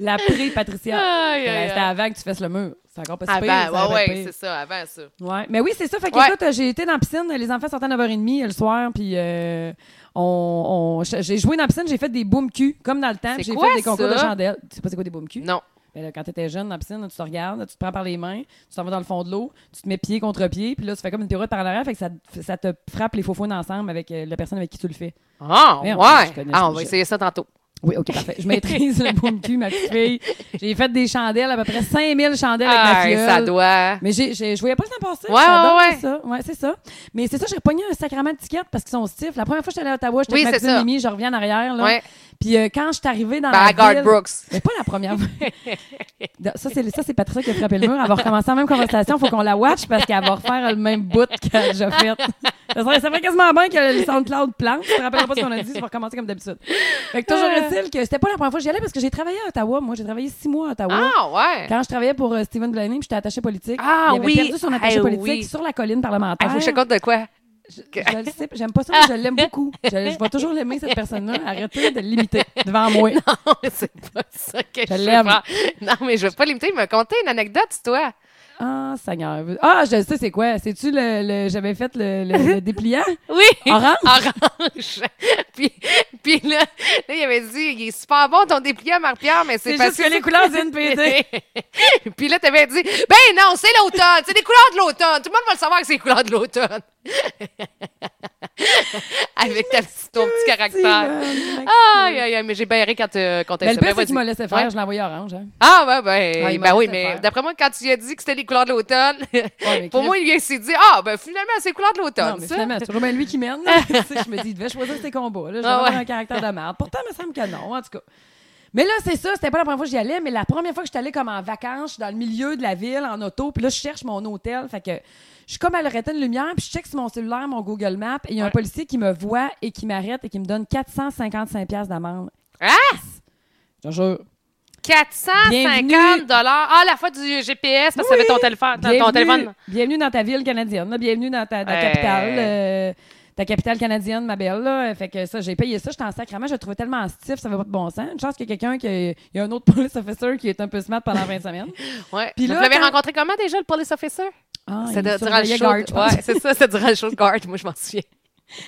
S2: La pré-Patricia.
S1: Aïe, aïe,
S2: C'était
S1: aïe.
S2: avant que tu fasses le mur. C'est encore pas si pire, ça
S1: Avant,
S2: aurait
S1: ouais,
S2: pu
S1: ouais,
S2: être
S1: c'est ça, avant ça.
S2: Ouais. Mais oui, c'est ça. Fait que,
S1: Ouais.
S2: écoute, euh, j'ai été dans la piscine. Les enfants sortaient à 9h30 le soir. Puis, euh, on, on- j'ai joué dans la piscine. J'ai fait des boum cul, comme dans le temps.
S1: C'est
S2: puis J'ai
S1: quoi
S2: fait des concours
S1: ça?
S2: de chandelles. Tu sais pas c'est quoi des boum cul?
S1: Non.
S2: Ben là, quand t'étais jeune dans la piscine, là, tu te regardes, tu te prends par les mains, tu t'en vas dans le fond de l'eau, tu te mets pied contre pied. Puis là, tu fais comme une pirouette par en arrière. Fait que ça, ça te frappe les faux ensemble avec euh, la personne avec qui tu le fais.
S1: Ah,
S2: Merde, je
S1: ouais.
S2: connais
S1: Ah,
S2: ce
S1: on va
S2: sujet.
S1: essayer ça tantôt.
S2: Oui, OK, parfait. Je maîtrise le boum cul, ma petite fille. J'ai fait des chandelles, à peu près 5000 chandelles avec ma
S1: Aïe,
S2: filleule.
S1: ça doit.
S2: Mais j'ai, j'ai, je voyais pas le temps passer.
S1: Ouais,
S2: J'adore
S1: ouais, ouais.
S2: ça. Ouais, c'est ça. Mais c'est ça, j'ai repogné un sacrament de tickets parce qu'ils sont stiffs. La première fois que j'étais allée à Ottawa, j'étais
S1: Oui,
S2: avec ma
S1: c'est
S2: cousine
S1: ça.
S2: Mimi, je reviens en arrière. Là.
S1: Ouais.
S2: Puis euh, quand je suis arrivée dans
S1: Ben, à
S2: la ville...
S1: Guard Brooks.
S2: Mais pas la première fois. ça, c'est, ça, c'est Patricia qui a frappé le mur. Elle va recommencer la même conversation. Faut qu'on la watch parce qu'elle va refaire le même bout que j'ai fait. Ça serait, ça serait quasiment bien que le SoundCloud plante. Je te rappellerai pas ce qu'on a dit. Je vais recommencer comme d'habitude. Fait que toujours
S1: Euh.
S2: est-il que c'était pas la première fois que j'y allais parce que j'ai travaillé à Ottawa. Moi, j'ai travaillé six mois à Ottawa.
S1: Ah, ouais.
S2: Quand je travaillais pour euh, Stephen Blaney, puis j'étais attachée politique.
S1: Ah
S2: il avait
S1: oui!
S2: perdu son attaché
S1: Ah
S2: politique
S1: oui!
S2: sur la colline
S1: Ah,
S2: parlementaire.
S1: faut que je te compte de quoi?
S2: je, je le sais, j'aime pas ça, mais je l'aime beaucoup. Je, je vais toujours l'aimer, cette personne-là. Arrêtez de l'imiter devant moi.
S1: Non, c'est pas ça que je, veux
S2: l'aime.
S1: faire. Non, mais je veux pas limiter. Il m'a conté une anecdote, toi.
S2: Ah, Seigneur. Ah, je sais, c'est quoi? C'est-tu le, le- j'avais fait le, le- le dépliant?
S1: Oui.
S2: Orange?
S1: Orange. puis, puis là, là, il avait dit, il est super bon ton dépliant, Marc-Pierre, mais c'est
S2: C'est
S1: parce
S2: juste que les couleurs d'une PD.
S1: Puis là, t'avais dit, ben non, c'est l'automne, c'est les couleurs de l'automne. Tout le monde va le savoir que c'est les couleurs de l'automne. Avec ta petite- ton petit caractère.
S2: Steven,
S1: Aïe, aïe, aïe, mais j'ai bien ri quand, euh, quand elle
S2: Ben, le
S1: se
S2: pire,
S1: met,
S2: c'est qu'il m'a
S1: vas-y.
S2: laissé faire,
S1: Ouais.
S2: je l'ai envoyé orange. Hein.
S1: Ah, ouais, ben,
S2: Ah, il m'a
S1: ben oui,
S2: laissé
S1: mais
S2: faire.
S1: d'après moi, quand tu lui as dit que c'était les couleurs de l'automne,
S2: Ouais, mais
S1: pour
S2: Chris,
S1: moi, il s'est dit, ah, ben finalement, c'est les couleurs de
S2: non,
S1: l'automne,
S2: mais
S1: ça.
S2: finalement, c'est toujours bien lui qui mène. là. Tu sais, je me dis, il devait choisir ses combats. Là, je vais
S1: Ah,
S2: avoir
S1: ouais.
S2: un caractère de merde. Pourtant, il me semble que non, en tout cas. Mais là, c'est ça, c'était pas la première fois que j'y allais, mais la première fois que j'étais allée comme en vacances, je suis dans le milieu de la ville, en auto, puis là, je cherche mon hôtel. Fait que je suis comme à l'oretta de lumière, puis je check sur mon cellulaire, mon Google Maps, et il y a un
S1: Ouais.
S2: policier qui me voit et qui m'arrête et qui me donne 455$ d'amende.
S1: Ah!
S2: Je te jure.
S1: 450 dollars. Ah, la fois du GPS, parce que ça avait ton téléphone. ton- Ton téléphone.
S2: bienvenue dans ta ville canadienne. là. Bienvenue dans ta, ta
S1: Ouais.
S2: capitale. euh, ta capitale canadienne, ma belle. Là. Fait que ça, j'ai payé ça. J'étais en sacrement. Je le trouvais tellement stiff. Ça fait pas de bon sens. Une chance qu'il y a quelqu'un qui. a- Il y a un autre police officer qui est un peu smart pendant 20 semaines.
S1: Ouais.
S2: Puis
S1: Puis
S2: là,
S1: vous l'avez
S2: quand-
S1: rencontré comment déjà, le police officer?
S2: Ah, il
S1: C'est de- durant le
S2: surveillait
S1: show.
S2: Guard, je
S1: de-
S2: pense.
S1: ouais, c'est ça, c'est durant le show de Guard. Moi, je m'en souviens.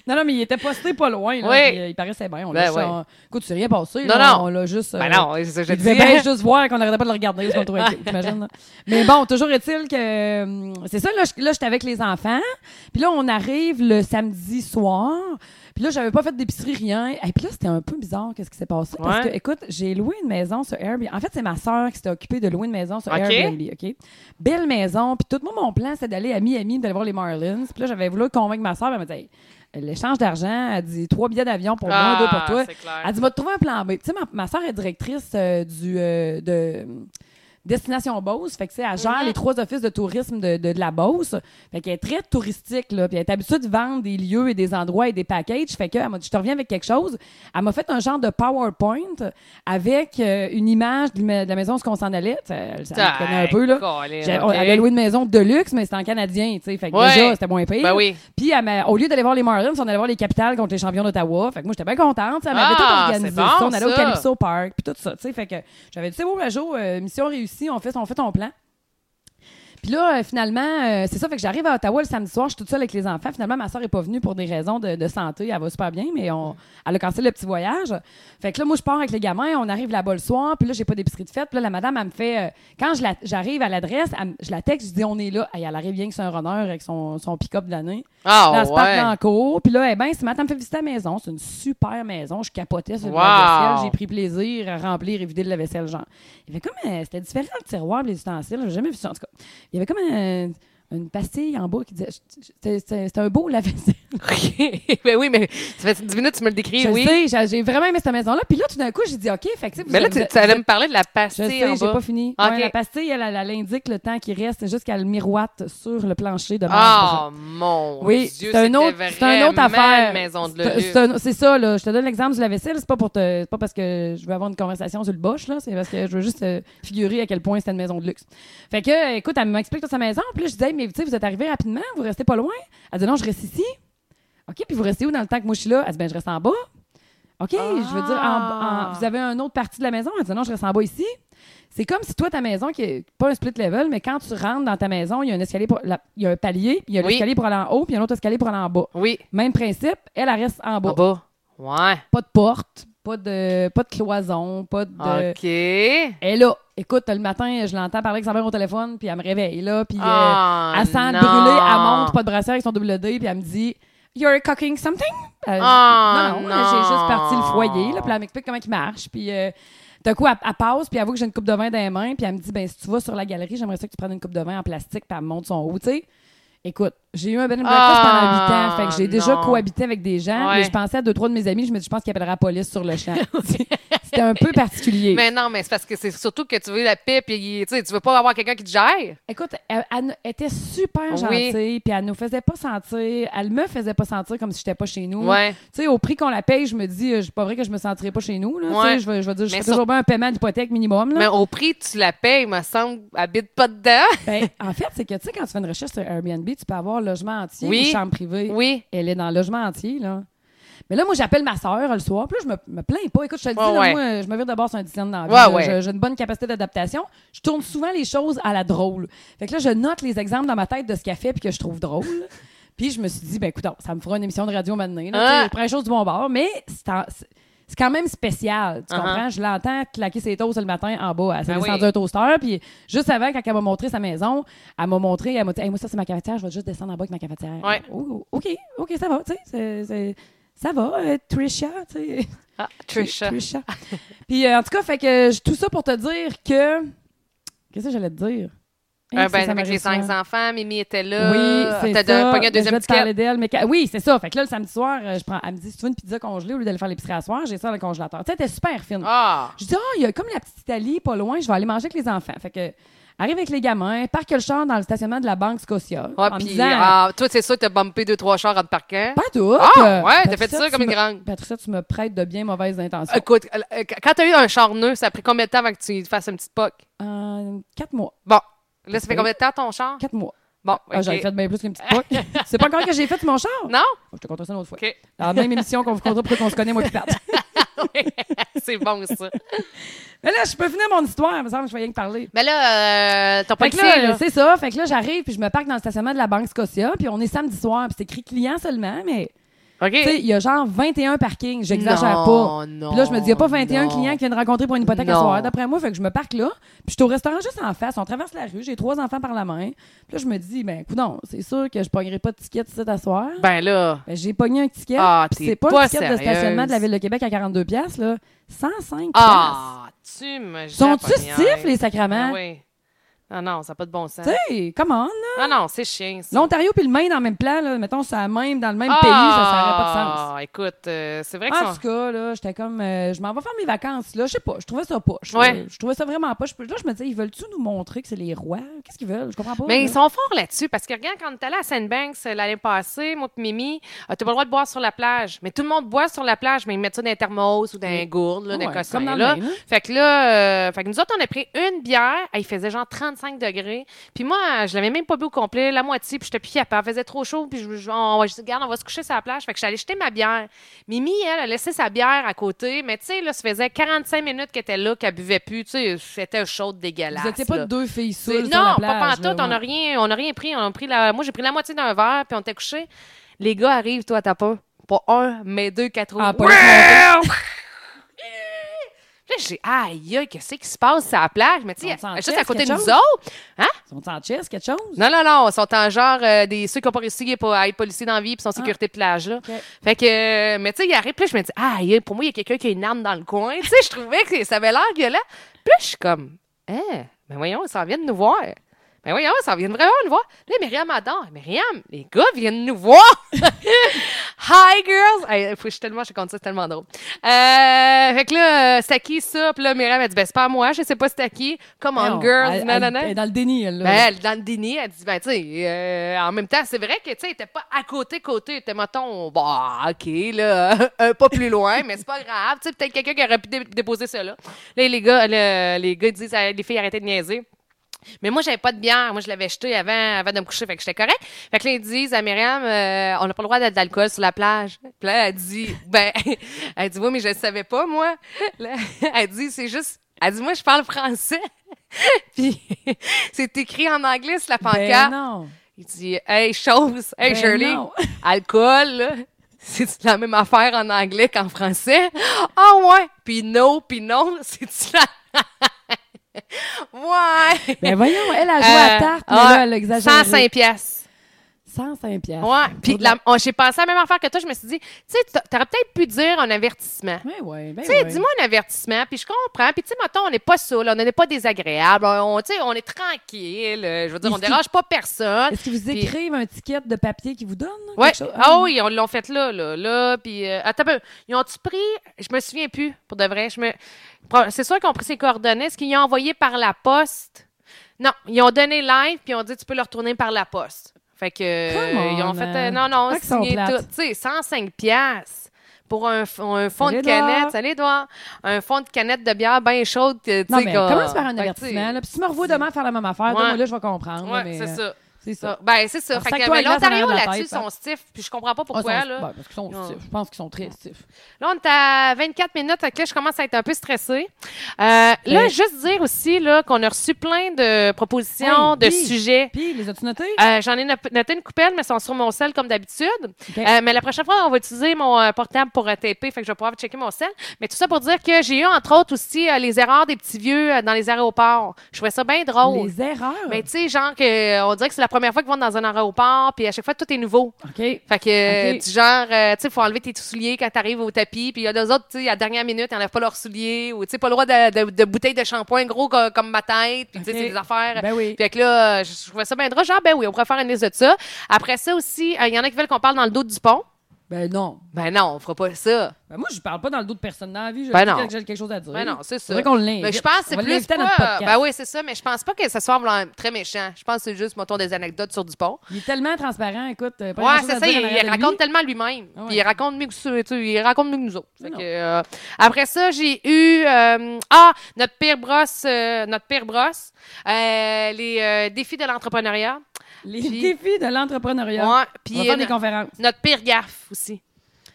S2: Non, non, mais il était posté pas loin. Là,
S1: Oui.
S2: puis, euh, il paraissait bien. On
S1: Ben
S2: l'a
S1: oui.
S2: on- Écoute, c'est rien passé.
S1: Non,
S2: là.
S1: non.
S2: On l'a juste.
S1: Ben
S2: euh,
S1: non, c'est ça, que je
S2: Je devais bien
S1: dis.
S2: ben, juste voir qu'on n'arrêtait pas de le regarder, ce qu'on trouvait cute, t'imagines, là. Mais bon, toujours est-il que hum, c'est ça là, je- là j'étais avec les enfants, puis là on arrive le samedi soir, puis là j'avais pas fait d'épicerie rien, et puis là c'était un peu bizarre qu'est-ce qui s'est passé parce
S1: Ouais.
S2: que écoute, j'ai loué une maison sur Airbnb. En fait, c'est ma sœur qui s'était occupée de louer une maison sur
S1: Ok.
S2: Airbnb, OK Belle maison, puis tout moi mon plan c'était d'aller à Miami, d'aller voir les Marlins, puis là j'avais voulu convaincre ma sœur, puis elle m'a dit Hey, l'échange d'argent, elle dit trois billets d'avion pour moi, deux pour toi.
S1: Ah,
S2: Ah,
S1: C'est clair.
S2: Elle dit, va te trouver un plan B. Tu sais, ma, ma soeur est directrice euh, du, euh, de euh, Destination Beauce. Fait que, tu sais, elle gère
S1: Mhm.
S2: les trois offices de tourisme de, de, de la Beauce. Fait qu'elle est très touristique, là. Puis elle est habituée de vendre des lieux et des endroits et des packages. Fait qu'elle m'a dit, je te reviens avec quelque chose. Elle m'a fait un genre de PowerPoint avec euh, une image de la de la maison où on s'en allait. Tu sais, Elle, elle
S1: Ah,
S2: connaît un peu, là.
S1: colline,
S2: J'avais-
S1: ok.
S2: On avait loué une maison de luxe, mais c'était en canadien, tu sais. Fait que
S1: Ouais.
S2: déjà, c'était moins payé.
S1: Ben oui.
S2: Puis elle m'a- au lieu d'aller voir les Marlins, on allait voir les Capitals contre les champions d'Ottawa. Fait que moi j'étais bien contente, ça m'avait
S1: Ah,
S2: tout organisé.
S1: c'est
S2: ça.
S1: bon,
S2: on allait au
S1: ça.
S2: Calypso Park, puis tout ça, tu sais. Fait que j'avais dit c'est beau Majo, euh, mission réussie, on fait on fait ton plan. Puis là, euh, finalement, euh, c'est ça, fait que j'arrive à Ottawa le samedi soir, je suis toute seule avec les enfants. Finalement, ma soeur est pas venue pour des raisons de, de santé, elle va super bien, mais on, elle a cancellé le petit voyage. Fait que là, moi, je pars avec les gamins, on arrive là-bas le soir, puis là, j'ai pas d'épicerie de fête. Puis là, la madame, elle me fait, euh, quand je la- j'arrive à l'adresse, elle me- je la texte, je dis on est là. Hey, elle arrive bien que c'est un runner avec son, son pick-up de l'année. Là,
S1: Ah,
S2: elle se parque dans
S1: ouais.
S2: la cour. Puis là, eh ben, ce matin, elle me fait visiter la maison. C'est une super maison. Je capotais sur le
S1: Wow.
S2: lave-vaisselle. J'ai pris plaisir à remplir et vider le lave-vaisselle, genre. Il y avait comme... euh, C'était différent, le tiroir, les ustensiles. J'ai jamais vu ça, en tout cas. Il y avait comme euh, une pastille en bas qui disait... C'était- C'était c'était un beau lave-vaisselle.
S1: Ok. ben oui, mais ça fait 10 minutes que tu me le décris,
S2: Je
S1: Eh
S2: le
S1: oui.
S2: sais, j'ai- j'ai vraiment aimé cette maison-là. Puis là, tout d'un coup, j'ai dit, OK, fait que, tu sais, vous-
S1: Mais là, tu
S2: vous-
S1: tu allais me parler de la
S2: Je
S1: pastille en
S2: sais, j'ai
S1: bas.
S2: pas fini.
S1: Ok.
S2: Ouais, la pastille, elle, elle, elle indique le temps qui reste jusqu'à le miroite sur le plancher de
S1: Ah,
S2: marbre.
S1: mon
S2: Oui,
S1: Dieu,
S2: c'est un
S1: c'était
S2: autre, c'est un
S1: vraiment
S2: autre affaire.
S1: une maison de
S2: C'est-
S1: luxe.
S2: c'est un- C'est ça là. Je te donne l'exemple du lave-vaisselle. C'est pas pour te, c'est pas parce que je veux avoir une conversation sur le boche là. C'est parce que je veux juste euh, figurer à quel point c'était une maison de luxe. Fait que, euh, écoute, elle m'explique toute sa maison. Puis là, je disais, Hey, mais tu sais, vous êtes arrivé rapidement, vous restez pas loin. Elle dit non, je reste ici. Ok, puis vous restez où dans le temps que moi je suis là Elle dit ben je reste en bas. OK, je veux dire,
S1: Ah.
S2: en- en- vous avez une autre partie de la maison? Elle dit non, je reste en bas ici. C'est comme si toi, ta maison, qui est pas un split level, mais quand tu rentres dans ta maison, il y a un escalier pour la- il y a un palier, puis il y a
S1: Oui.
S2: l'escalier pour aller en haut, puis il y a un autre escalier pour aller en bas.
S1: Oui,
S2: Même principe, elle, elle reste en bas.
S1: en bas. Ouais.
S2: Pas de porte, pas de pas de cloison, pas de.
S1: OK.
S2: Elle est là. Écoute, le matin, je l'entends parler avec sa mère au téléphone, puis elle me réveille là, puis euh,
S1: Ah,
S2: elle sent
S1: non.
S2: brûler, elle monte, pas de brassière avec son double D, puis elle me dit You're cooking something? Euh,
S1: Ah,
S2: non, non,
S1: non.
S2: j'ai juste parti le foyer, là, puis elle m'explique comment il marche, puis euh, d'un coup, elle, elle passe, puis elle voit que j'ai une coupe de vin dans les mains, puis elle me dit ben si tu vas sur la galerie, j'aimerais ça que tu prennes une coupe de vin en plastique, puis elle me monte son haut, tu sais. Écoute, j'ai eu un bed and breakfast
S1: Ah,
S2: pendant 8 ans, fait que j'ai déjà
S1: non.
S2: cohabité avec des gens,
S1: Ouais.
S2: mais je pensais à deux, trois de mes amis, je me dis, je pense qu'il appellera la police sur le champ. C'était un peu particulier.
S1: Mais non, mais c'est parce que c'est surtout que tu veux la paix, puis tu sais, tu veux pas avoir quelqu'un qui te gère.
S2: Écoute, elle, elle était super
S1: Oui.
S2: gentille, puis elle nous faisait pas sentir, elle me faisait pas sentir comme si j'étais pas chez nous.
S1: Ouais.
S2: Tu sais, au prix qu'on la paye, je me dis, euh, c'est pas vrai que je me sentirais pas chez nous. Là, Tu sais,
S1: Ouais.
S2: je, vais, je vais dire, je
S1: Mais
S2: fais
S1: sur-
S2: toujours bien un paiement d'hypothèque minimum. Là.
S1: Mais au prix, tu la payes, me semble, habite pas dedans.
S2: Ben, en fait, c'est que tu sais, quand tu fais une recherche sur Airbnb, tu peux avoir logement entier
S1: Oui.
S2: ou chambre privée.
S1: Oui.
S2: Elle est dans le logement entier, là. Mais là, moi, j'appelle ma sœur le soir. Puis là, je me, me plains pas. Écoute, je te le dis,
S1: Ouais,
S2: là,
S1: ouais.
S2: moi, je me vire d'abord sur un dixième dans la vie,
S1: Ouais,
S2: là.
S1: ouais.
S2: Je- J'ai une bonne capacité d'adaptation. Je tourne souvent les choses à la drôle. Fait que là, je note les exemples dans ma tête de ce qu'elle fait puis que je trouve drôle. puis je me suis dit, ben écoute, ça me fera une émission de radio maintenant. là.
S1: Ah.
S2: Tu sais, Je prends les choses du bon bord, mais c'est en- c'est- c'est quand même spécial. Tu
S1: Uh-huh.
S2: comprends? Je l'entends claquer ses toasts le matin en bas. Elle s'est
S1: Ben oui.
S2: descendue un toaster. Puis juste avant, quand elle m'a montré sa maison, elle m'a montré, elle m'a dit, Hey, moi, ça, c'est ma cafetière. Je vais juste descendre en bas avec ma cafetière.
S1: Ouais.
S2: Oh, OK, OK, ça va. Tu sais, c'est- c'est- ça va, euh, Trisha. Tu sais.
S1: Ah, Trisha.
S2: Trisha. Puis euh, en tout cas, fait que je- tout ça pour te dire que. Qu'est-ce que j'allais te dire? Hein,
S1: Euh,
S2: ça,
S1: ben,
S2: ça
S1: avec
S2: m'arrive
S1: les
S2: souvent.
S1: cinq enfants, Mimi était là.
S2: Oui, c'est
S1: T'as
S2: ça.
S1: donné- pogné un
S2: Ben, je
S1: deuxième
S2: vais te parler
S1: ticket.
S2: d'elle, mais quand- Oui, c'est ça. Fait que là, le samedi soir, euh, je prends, elle me dit, si tu veux une pizza congelée, au lieu d'aller faire l'épicerie à soir, j'ai ça dans le congélateur. Tu sais, elle était super fine.
S1: Ah!
S2: Je dis, ah, il y a comme la petite Italie, pas loin, je vais aller manger avec les enfants. Fait que, arrive avec les gamins, parque le char dans le stationnement de la Banque Scotia.
S1: Ouais,
S2: en me
S1: puis,
S2: disant,
S1: ah, toi, c'est sûr que t'as bumpé deux, trois chars en te parquant.
S2: pas tout.
S1: Ah, ouais, t'as
S2: euh, Patricia,
S1: fait ça
S2: tu
S1: comme une
S2: me-
S1: grande.
S2: Patricia, tu me prêtes de bien mauvaises intentions.
S1: Écoute, euh, euh, quand t'as eu un char neuf, ça a pris combien de temps avant que tu fasses une petite poc?
S2: En Euh, quatre mois.
S1: Bon. Là, ça fait combien de temps ton char?
S2: Quatre mois.
S1: Bon,
S2: Ah, j'avais
S1: ok.
S2: fait bien plus qu'une petite poque. C'est pas encore que j'ai fait mon char.
S1: Non?
S2: Je te conterai ça une autre fois.
S1: OK.
S2: Dans la même émission qu'on vous contera pourquoi qu'on se connaît, moi qui Pat.
S1: c'est bon, ça.
S2: Mais là, je peux finir mon histoire, il me semble que je vais rien que parler.
S1: Mais là, euh, t'as pas
S2: Fait que
S1: le
S2: là,
S1: là. là.
S2: c'est ça. Fait que là, j'arrive, puis je me parque dans le stationnement de la Banque Scotia, puis on est samedi soir, puis c'est écrit client seulement, mais tu sais,
S1: OK.
S2: il y a genre 21 parkings, j'exagère
S1: Non,
S2: pas.
S1: non,
S2: Puis là, je me dis, il n'y a pas 21
S1: non.
S2: clients qui viennent rencontrer pour une hypothèque à
S1: Non.
S2: soir. D'après moi, fait que je me parque là, puis je suis au restaurant juste en face, on traverse la rue, j'ai trois enfants par la main. Puis là, je me dis, ben, coudon, c'est sûr que je pognerai pas de ticket cet à soir.
S1: Ben là.
S2: Ben, j'ai pogné un ticket.
S1: Ah,
S2: puis
S1: t'es
S2: c'est pas,
S1: pas
S2: un ticket de stationnement
S1: sérieuse.
S2: de la Ville de Québec à 42 pièces là, 105
S1: Ah, tu me
S2: piastres. Sont-tu
S1: japonais.
S2: stiffs, les
S1: Ah
S2: sacrements?
S1: oui. Non, non, ça n'a pas de bon sens. Ah
S2: Tu sais, come on, là.
S1: Non, non, c'est chiant, ça.
S2: L'Ontario puis le Maine en même plan, là, mettons, c'est la même, dans le même
S1: Ah,
S2: pays, ça
S1: écoute, euh, c'est vrai
S2: n'aurait
S1: que
S2: pas de sens. En
S1: ça...
S2: tout cas, là, j'étais comme, euh, je m'en vais faire mes vacances, là, je sais pas, je trouvais ça poche. là.
S1: Ouais.
S2: Je trouvais ça vraiment poche. Puis Là, je me disais, ils veulent-tu nous montrer que c'est les rois? Qu'est-ce qu'ils veulent? Je comprends pas.
S1: Mais
S2: là.
S1: ils sont forts là-dessus, parce que regarde, quand on est allé à Sandbanks euh, l'année passée, moi et Mimi, euh, t'as pas le droit de boire sur la plage. Mais tout le monde boit sur la plage, mais ils mettent ça dans un thermos ou dans un gourde, là, dans un
S2: Ouais,
S1: cossin,
S2: comme dans le
S1: là.
S2: Maine, hein.
S1: Fait que là, euh, fait que nous autres, on a pris une bière, Ah, il faisait genre 35 degrés. Puis moi, euh, je l'avais même pas bu au complet, la moitié, puis j'étais plus capable. Il faisait trop chaud, puis je, je- on, je dis, regarde, on va se coucher sur la plage. Fait que j'allais jeter ma bière. Mimi, elle, a laissé sa bière à côté, mais tu sais, là, ça faisait 45 minutes qu'elle était là, qu'elle buvait plus. Tu sais, c'était chaude, dégueulasse.
S2: Vous étiez pas
S1: là.
S2: deux filles seules.
S1: C'est-
S2: sur
S1: Non,
S2: la plage,
S1: pas
S2: là,
S1: pantoute, on
S2: ouais.
S1: n'a rien, on a rien pris. On a pris la, moi, j'ai pris la moitié d'un verre, puis on était couché. Les gars arrivent, toi, t'as pas. Pas un, mais deux, quatre roues.
S2: Ah, pas
S1: Ouais!
S2: les
S1: Là, j'ai, aïe, aïe, qu'est-ce qui se passe à la plage? Mais tu sais,
S2: On s'en
S1: juste
S2: teste,
S1: à côté de
S2: quelque
S1: nous
S2: chose?
S1: autres.
S2: Sont en chess, quelque chose?
S1: Non, non, non, ils sont en genre euh, des ceux qui n'ont pas réussi à être policiers dans la vie, puis sont
S2: Ah.
S1: en sécurité de plage, là.
S2: OK.
S1: Fait que, euh, mais tu sais, il arrive, puis là, je me dis, aïe, aïe, pour moi, il y a quelqu'un qui a une arme dans le coin. Tu sais, je trouvais que ça avait l'air violent. Puis là, je suis comme, hein, ben voyons, ils s'en viennent nous voir. Ben voyons, ils s'en viennent vraiment nous voir. Là, Myriam adore. Myriam, les gars viennent nous voir. Hi, girls! Hey, faut- je suis tellement, je suis contente, c'est tellement drôle. Euh, fait que là, euh, c'est à qui ça? Puis là, Myriam, elle dit, ben c'est pas à moi, je sais pas c'est à qui. Come on,
S2: Non,
S1: girls,
S2: elle-
S1: nanana.
S2: elle- elle est dans le déni, elle, là.
S1: Ben, elle, dans le déni, elle dit, ben, tu sais, euh, en même temps, c'est vrai que, tu sais, elle était pas à côté, côté, elle était, mettons, bah, OK, là, un pas plus loin, mais c'est pas grave, tu sais, peut-être quelqu'un qui aurait pu dé- déposer ça là. Là, les gars, le- les gars disent, à- les filles, arrêtez de niaiser. Mais moi, j'avais pas de bière. Moi, je l'avais jetée avant, avant de me coucher, fait que j'étais correct. Fait que là, ils disent à Myriam, euh, on n'a pas le droit d'être d'alcool sur la plage. Puis là, elle dit, ben, elle dit, oui, mais je le savais pas, moi. Là, elle dit, c'est juste, elle dit, moi, je parle français. Puis c'est écrit en anglais sur la
S2: Ben
S1: pancarte.
S2: non.
S1: il dit, hey, chose, hey,
S2: Ben
S1: Shirley,
S2: non.
S1: alcool, là, c'est la même affaire en anglais qu'en français. Ah ouais, puis no, puis non, c'est la. ouais.
S2: Ben voyons, elle a joué
S1: Euh,
S2: à tarte, mais
S1: ouais,
S2: là, elle a exagéré.
S1: 105 pièces.
S2: 105 piastres.
S1: Ouais, puis
S2: Pour de la-
S1: la- oh, j'ai pensé à la même affaire que toi, je me suis dit, tu sais, t'a- t'aurais peut-être pu dire un avertissement.
S2: Ouais, ouais, ben
S1: Tu sais,
S2: ouais.
S1: dis-moi un avertissement, puis je comprends. Puis tu sais, mettons, on n'est pas saoul, on n'est pas désagréable, on, on- tu sais, on est tranquille, euh, je veux dire, on
S2: Est-ce
S1: dérange pas personne.
S2: Est-ce que vous
S1: Puis-
S2: écrivent un ticket de papier qui vous donne? là,
S1: Ouais.
S2: quelque chose?
S1: Ah oui, on l'ont fait là, là, là. Puis, euh, attends, un peu. ils ont-tu pris? Je me souviens plus, pour de vrai. Je me... Pro- C'est sûr qu'ils ont pris ses coordonnées. Est-ce qu'ils ont envoyé par la poste? Non, ils ont donné live, puis ils ont dit, tu peux le retourner par la poste. Fait que, euh,
S2: Come
S1: ils ont
S2: on,
S1: fait, euh, non,
S2: man.
S1: non,
S2: Pas qu'ils sont
S1: signé tout.
S2: plates.
S1: Tu sais, 105 piastres pour un, f- un fond
S2: Salut,
S1: de canette.
S2: Edouard.
S1: Salut, Edouard. Un fond de canette de bière bien chaude. que, tu
S2: Non,
S1: sais,
S2: mais
S1: qu'on-
S2: commence par
S1: Fait que, tu
S2: un
S1: sais,
S2: avertissement. Là, puis si tu me revois demain faire la même affaire,
S1: Ouais.
S2: moi, là, je vais comprendre. là,
S1: Ouais,
S2: mais,
S1: c'est
S2: euh,
S1: ça.
S2: C'est
S1: Ça,
S2: ça.
S1: Ben, c'est ça.
S2: Alors,
S1: Fait que,
S2: sac-toi
S1: mais
S2: la glace en
S1: l'Ontario,
S2: arrière de la
S1: là-dessus, ils
S2: tête, hein.
S1: sont stiff. Puis je comprends pas pourquoi,
S2: Ah, ça,
S1: là.
S2: ben, parce qu'ils sont
S1: Non.
S2: stiff. Je pense qu'ils sont très stiff.
S1: Là, on est à 24 minutes. OK, je commence à être un peu stressée. Euh, là,
S2: Ouais.
S1: juste dire aussi là, qu'on a reçu plein de propositions,
S2: Hey,
S1: de
S2: oui.
S1: sujets.
S2: Puis, les as-tu notés?
S1: Euh, j'en ai no- noté une coupelle, mais elles sont sur mon sel comme d'habitude.
S2: OK.
S1: Euh, mais la prochaine fois, on va utiliser mon euh, portable pour euh, taper, fait que je vais pouvoir checker mon sel. Mais tout ça pour dire que j'ai eu, entre autres, aussi euh, les erreurs des petits vieux euh, dans les aéroports. Je trouvais ça bien drôle.
S2: les erreurs.
S1: Ah, oh. Mais tu sais, genre, que, euh, on dirait que c'est la première fois qu'ils vont dans un aéroport, puis à chaque fois, tout est nouveau.
S2: OK.
S1: Fait que,
S2: Ok.
S1: euh, du genre, euh, tu sais, faut enlever tes souliers quand t'arrives au tapis. Puis il y a deux autres, tu sais, à la dernière minute, ils enlèvent pas leurs souliers. Ou, tu sais, pas le droit de, de, de bouteilles de shampoing gros co- comme ma tête. Puis, tu sais,
S2: Ok.
S1: c'est des affaires.
S2: Ben oui.
S1: Fait que là, euh, je je trouvais ça bien drôle. Genre, ben oui, on pourrait faire une liste de ça. Après ça aussi, euh, il y en a qui veulent qu'on parle dans le dos du pont.
S2: Ben non.
S1: Ben non, on fera pas ça.
S2: Ben moi, je parle pas dans le dos de personne dans la vie. Je
S1: Ben
S2: dis
S1: non.
S2: que j'ai quelque chose à dire.
S1: Ben non, c'est ça.
S2: Faudrait qu'on l'invite.
S1: Mais je pense que
S2: Eh, On
S1: c'est
S2: va
S1: plus
S2: l'inviter à notre
S1: pas-
S2: podcast.
S1: Ben oui, c'est ça, mais je pense pas que ça soit vraiment très méchant. Je pense que c'est juste, mettons, des anecdotes sur Dupont.
S2: Il est tellement transparent, écoute. euh, pas
S1: Ouais,
S2: grand-chose
S1: c'est
S2: à
S1: ça,
S2: dire en
S1: il,
S2: arrière de lui.
S1: raconte tellement lui-même.
S2: Ah ouais.
S1: Puis il raconte mieux que ça, tu sais, il raconte mieux que nous autres. Fait
S2: Non.
S1: que, euh, après ça, j'ai eu euh, ah, notre pire brosse, euh, notre pire brosse, euh, les euh, défis de l'entrepreneuriat.
S2: Les
S1: Puis-
S2: défis de l'entrepreneuriat.
S1: Ouais,
S2: On va
S1: puis
S2: faire
S1: euh,
S2: des
S1: no-
S2: conférences.
S1: notre pire gaffe aussi.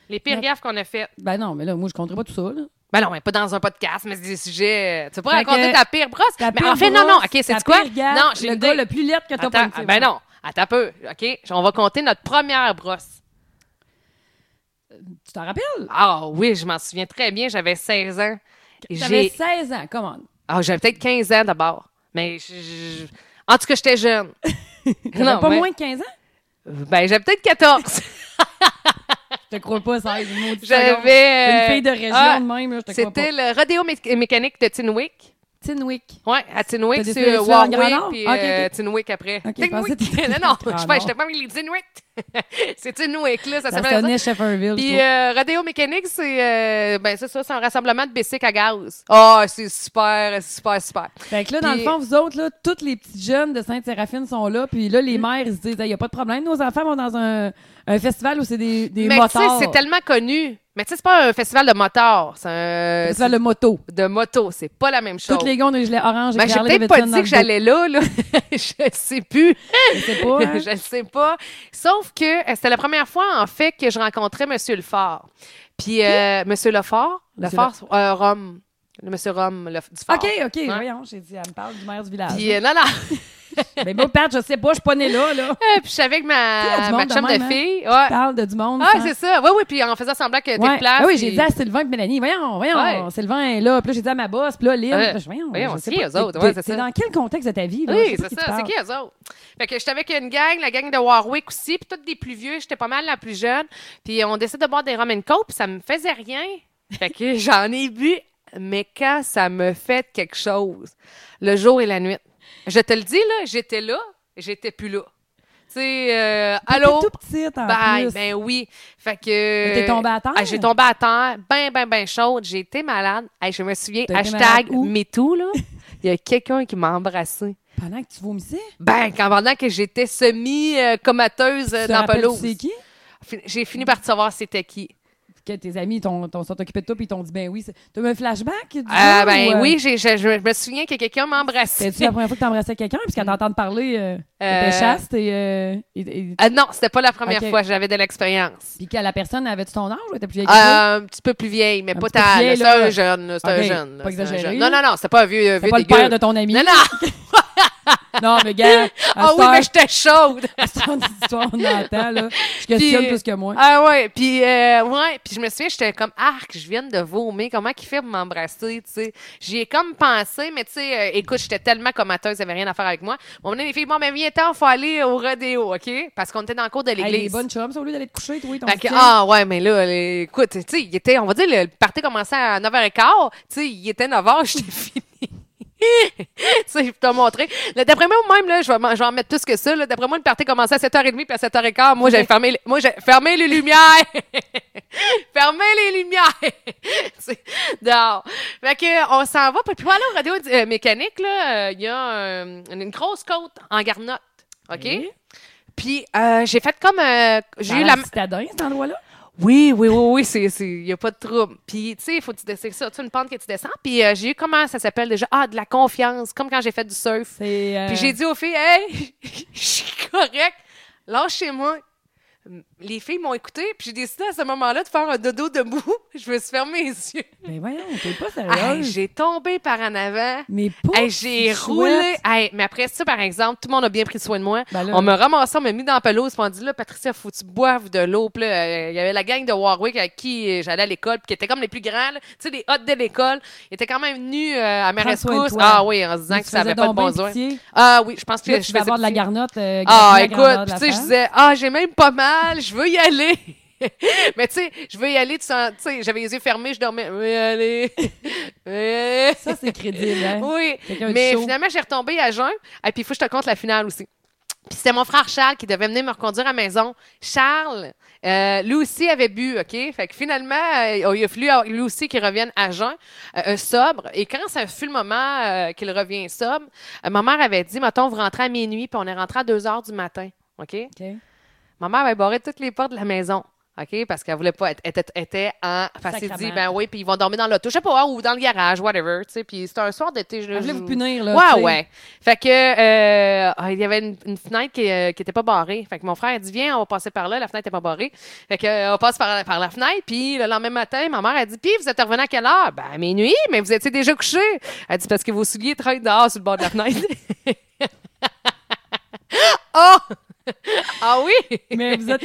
S1: Les pires
S2: Notre-
S1: gaffes qu'on a faites.
S2: Ben non, mais là, moi, je compterai pas tout ça. Là.
S1: Ben non, mais pas dans un podcast, mais c'est des sujets. euh, Tu peux
S2: Fait
S1: raconter
S2: que-
S1: ta pire brosse.
S2: Ta
S1: mais
S2: pire
S1: en fait, non, non.
S2: brosse,
S1: Ok, c'est
S2: ta
S1: quoi
S2: pire gaffe,
S1: Non, j'ai
S2: le
S1: une
S2: gars
S1: idée.
S2: le plus lettre que t'as
S1: Attends,
S2: pas
S1: ben non, attends un peu. Ok, on va compter notre première brosse.
S2: Tu t'en rappelles?
S1: Ah oui, je m'en souviens très bien. J'avais 16 ans. Et
S2: J'avais
S1: j'ai
S2: 16 ans, come on.
S1: Ah, j'avais peut-être 15 ans d'abord. Mais je- je- en tout cas, j'étais jeune.
S2: T'avais pas
S1: mais-
S2: moins de 15 ans?
S1: Ben, j'avais peut-être 14.
S2: Je te crois pas, ça. une maudite seconde.
S1: j'avais.
S2: Une
S1: euh,
S2: fille de région
S1: ah,
S2: de même, là, je te crois
S1: C'était
S2: pas.
S1: le rodéo mé- mécanique de Tinwick.
S2: Tinwick.
S1: Ouais, à Tinwick,
S2: T'as
S1: c'est
S2: décidé de
S1: euh,
S2: faire en
S1: Warwick,
S2: Grand-Nord?
S1: puis
S2: Ah, ok,
S1: euh,
S2: ok.
S1: Tinwick après.
S2: Ok, je pensais que
S1: Tinwick!
S2: t'étais- Ah,
S1: non, non, je
S2: Grand-Nord.
S1: sais pas, j'étais pas avec les Inuits. c'est Tinwick, là, ça
S2: Ça
S1: s'appelle
S2: sonnait
S1: ça.
S2: Shefferville. je
S1: Puis
S2: trouve.
S1: euh, rodéo mécanique, c'est euh, ben c'est ça, c'est un rassemblement de bicycles à gaz. Ah, c'est super, super, super.
S2: Fait que là, dans
S1: puis-
S2: le fond, vous autres, là, toutes les petites jeunes de Sainte-Séraphine sont là. Puis là,
S1: Mm.
S2: les mères, ils se disent, il n'y a pas de problème. Nos enfants vont dans un, un festival où c'est des, des
S1: mais tu sais,
S2: motards.
S1: c'est tellement connu. Mais tu sais, c'est pas un festival de motards, c'est un
S2: Festival de moto.
S1: c'est de moto. C'est pas la même chose.
S2: Toutes les gondes de gilet orange.
S1: Ben,
S2: avec
S1: j'ai
S2: Harley
S1: peut-être pas
S2: Davidson dans
S1: dit que j'allais
S2: le dos.
S1: là, là. je sais plus.
S2: Je sais pas. hein.
S1: je sais pas. Sauf que euh, c'était la première fois, en fait, que je rencontrais Monsieur Lefort. Puis, euh, Monsieur Lefort,
S2: Monsieur
S1: Lefort, euh, Rome. Le Monsieur Rome le- du Fort.
S2: OK, OK,
S1: Ouais.
S2: voyons, j'ai dit, elle me parle du maire du village.
S1: Puis, euh, non, non.
S2: Mais moi, Pat, je sais pas, je suis pas née là, là.
S1: Puis, je suis avec
S2: Tu sais, il y
S1: ma,
S2: a du
S1: ma
S2: monde de
S1: chum de
S2: même, hein.
S1: fille. Ouais.
S2: Je parle de du monde.
S1: Ah,
S2: sans-
S1: c'est ça. Oui, oui. Puis, en faisant semblant que t'es
S2: Ouais.
S1: de place.
S2: Ah oui, j'ai
S1: puis-
S2: dit à Sylvain et Mélanie, voyons, voyons,
S1: Ouais.
S2: Sylvain est là. Puis là, j'ai dit à ma boss, puis là, Lynn.
S1: Ouais.
S2: Puis je, voyons,
S1: Voyons,
S2: je
S1: c'est
S2: sais
S1: qui
S2: pas,
S1: eux autres?
S2: t'es-
S1: Ouais,
S2: t'es-
S1: c'est ça.
S2: t'es dans quel contexte de ta vie? là? Je
S1: Oui,
S2: sais pas
S1: c'est
S2: qui te
S1: ça. C'est
S2: parle.
S1: qui eux autres? Fait que j'étais avec une gang, la gang de Warwick aussi, puis toutes des plus vieux. J'étais pas mal la plus jeune. Puis on décide de boire des rum and coke, puis ça me faisait rien. Fait que j'en ai bu, mais quand ça me fait quelque chose, le jour et la nuit. Je te le dis, là, j'étais là, j'étais plus là. Tu sais, euh, allô?
S2: T'es tout petite, en
S1: Bye,
S2: plus.
S1: ben oui. Fait que.
S2: Mais t'es tombée à terre?
S1: Ah, j'ai tombé à terre, ben, ben, ben chaude. J'ai été malade. Hey, je me souviens,
S2: T'as été malade
S1: hashtag
S2: où?
S1: MeToo, là. Il y a quelqu'un qui m'a embrassé.
S2: Pendant que tu vomissais?
S1: Ben, quand pendant que j'étais semi-comateuse
S2: tu te
S1: Euh, dans
S2: rappelles,
S1: pelouse.
S2: tu sais qui?
S1: Fin- J'ai fini par savoir c'était qui.
S2: Que tes amis t'ont, t'ont, sont occupés de toi puis ils t'ont dit, ben oui. c'est- T'as eu un flashback? du
S1: Ah,
S2: jour,
S1: ben
S2: ou, euh,
S1: oui, j'ai- je, je me souviens que quelqu'un m'a embrassé.
S2: C'était-tu la première fois que t'embrassais quelqu'un? Puisqu'à t'entendre parler, euh,
S1: Mm. Euh,
S2: t'étais chaste et, euh, et- et-
S1: Ah non, c'était pas la première
S2: Ok.
S1: fois, j'avais de l'expérience.
S2: Puis que la personne avait-tu ton âge ou était plus vieille que toi?
S1: Euh, un petit peu plus vieille, mais
S2: Un
S1: pas
S2: petit peu plus
S1: tant. là,
S2: vieille,
S1: C'est
S2: là.
S1: un jeune, là, c'est un
S2: Ok,
S1: jeune. là,
S2: pas
S1: c'est un
S2: exagéré,
S1: jeune.
S2: là.
S1: Non, non, non, c'était pas un vieux, euh,
S2: C'est
S1: vieux
S2: pas le
S1: dégueu.
S2: père de ton ami.
S1: Non, non!
S2: Non, mais gars,
S1: Ah oui, mais j'étais chaude!
S2: ton histoire, on entend, là. Je questionne
S1: Puis,
S2: plus que moi.
S1: Ah ouais, puis euh, ouais, puis je me souviens, j'étais comme arc, je viens de vomir, comment qu'il fait pour m'embrasser, tu sais. J'y ai comme pensé, mais tu sais, euh, écoute, j'étais tellement comateuse, il avait rien à faire avec moi. Mon moment donné, les filles, bon, mais viens temps, faut aller au rodéo, OK parce qu'on était dans le cours de
S2: Hey, les
S1: l'église.
S2: bonnes chums, ça, au lieu d'aller te coucher, toi, ton
S1: Fait que,
S2: style.
S1: ah ouais, mais là, les- écoute, tu sais, il était on va dire le party commençait à 9h15, tu sais, il était 9h, j'étais fini. tu sais, je peux te montrer. Là, D'après moi, même, là, je vais, m'en- je vais en mettre plus que ça. là. D'après moi, le party commençait à 7h30 puis à 7h15. Moi, j'avais
S2: Ouais.
S1: fermé, les- moi, j'ai fermé les lumières. fermez les lumières. C'est- dehors. Fait que, on s'en va. Puis voilà, au radio euh, mécanique, là, euh, il y a euh, une grosse côte en garnotte. OK?
S2: Oui.
S1: Puis, euh, j'ai fait comme, euh, j'ai
S2: Dans
S1: eu la,
S2: citadin, cet endroit-là.
S1: oui, oui, oui, oui, c'est, c'est, y a pas de trouble. Puis, tu sais, il faut que tu descends ça, tu sais, une pente que tu descends. Puis, euh, j'ai eu comment ça s'appelle déjà? Ah, de la confiance, comme quand j'ai fait du surf.
S2: C'est. euh,
S1: Puis, j'ai dit aux filles, hey, je suis correct. Lâchez-moi. Les filles m'ont écouté, puis j'ai décidé à ce moment-là de faire un dodo debout. Je me suis fermé les yeux.
S2: Ben voyons, t'es pas
S1: Hey,
S2: sérieuse.
S1: j'ai tombé par en avant.
S2: mais pas.
S1: Hey, j'ai roulé. Hey, mais après ça, par exemple, tout le monde a bien pris soin de moi.
S2: Ben là-
S1: on m'a ramassé, on m'a mis dans la pelouse, puis on dit là, Patricia, faut que tu boives de l'eau. Puis là, euh, il y avait la gang de Warwick avec qui euh, j'allais à l'école, puis qui étaient comme les plus grands, là. tu sais, les hôtes de l'école. Ils étaient quand même venus euh, à ma
S2: Prends soin de
S1: rescousse.
S2: toi.
S1: Ah oui, en se disant que ça avait pas de bon soin. Ah oui, je pense que
S2: Là,
S1: je
S2: tu vas
S1: faisais
S2: avoir de la
S1: petit-
S2: garnotte. euh,
S1: ah,
S2: garder la garnotte
S1: écoute,
S2: de
S1: puis
S2: la
S1: tu sais, je
S2: femme.
S1: disais, ah, j'ai même pas mal, je veux y aller. Mais tu sais, je veux y aller, tu sens- tu sais, j'avais les yeux fermés, je dormais, je veux y aller. Je veux y aller.
S2: Ça, c'est crédible, hein?
S1: Oui,
S2: Quelqu'un de
S1: mais
S2: chaud.
S1: finalement, j'ai retombé à jeun. Et puis, il faut que je te compte la finale aussi. Puis c'était mon frère Charles qui devait venir me reconduire à la maison. Charles, euh, lui aussi avait bu, OK? Fait que finalement, euh, il a fallu à- lui aussi qu'il revienne à jeun, euh, euh, sobre. Et quand ça fut le moment euh, qu'il revient sobre, euh, ma mère avait dit, mettons, vous rentrez à minuit, puis on est rentré à 2 heures du matin, OK?
S2: OK.
S1: Ma mère avait barré toutes les portes de la maison. OK? Parce qu'elle voulait pas être, était, était en. Parce qu'elle dit,
S2: Sacrement.
S1: ben oui, puis ils vont dormir dans l'auto, je sais pas, hein, ou dans le garage, whatever. Tu sais, puis c'était un soir d'été. Je
S2: Elle voulait
S1: je-
S2: vous punir, là. Ah, tu
S1: Ouais,
S2: sais.
S1: ouais. Fait que, euh, ah, il y avait une, une fenêtre qui, euh, qui était pas barrée. Fait que mon frère a dit, viens, on va passer par là, la fenêtre était pas barrée. Fait que, euh, on passe par, par la fenêtre, puis le lendemain matin, ma mère a dit, puis vous êtes revenu à quelle heure? Ben, à minuit, mais vous étiez déjà couché. Elle dit, parce que vos souliers traînent dehors sur le bord de la fenêtre. Ah! Ah oui!
S2: Mais vous êtes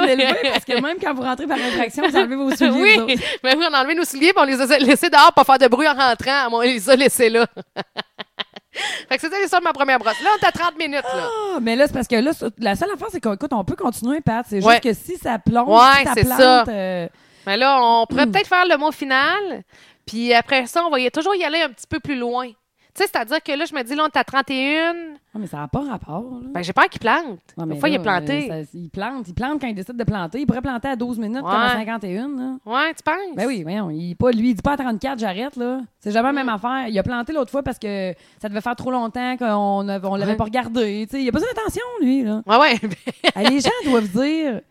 S2: même bien élevés, parce que même quand vous rentrez par infraction, vous enlevez vos souliers. vous
S1: oui,
S2: autres.
S1: mais oui, on a enlevé nos souliers puis on les a laissés dehors pour faire de bruit en rentrant. On les a laissés là. fait que c'était l'histoire de ma première brosse. Là, on est à 30 minutes. Là.
S2: Ah, mais là, c'est parce que là, sur- la seule affaire, c'est qu'on écoute, on peut continuer, Pat. C'est juste
S1: Ouais.
S2: que si ça plonge,
S1: Ouais,
S2: si ça
S1: c'est
S2: plante,
S1: ça.
S2: euh,
S1: Mais là, on pourrait
S2: Hmm.
S1: peut-être faire le mot final. Puis après ça, on va y- toujours y aller un petit peu plus loin. Tu sais, c'est-à-dire que là, je me dis, là, on est à 31.
S2: ah, mais ça n'a pas rapport. Là.
S1: Ben, j'ai peur qu'il plante.
S2: Ouais, mais
S1: Des fois,
S2: là,
S1: il est planté.
S2: euh, ça- il plante. Il plante quand il décide de planter. Il pourrait planter à 12 minutes comme à
S1: Ouais.
S2: 51. Là.
S1: Ouais, tu penses?
S2: Ben oui, voyons. Il, est pas, lui, il dit pas à 34, j'arrête. là. C'est jamais la
S1: Mm.
S2: même affaire. Il a planté l'autre fois parce que ça devait faire trop longtemps qu'on ne on l'avait
S1: Ouais.
S2: pas regardé. tu sais. Il a besoin d'attention, lui. Là.
S1: Ouais, ouais.
S2: Ah, les gens doivent dire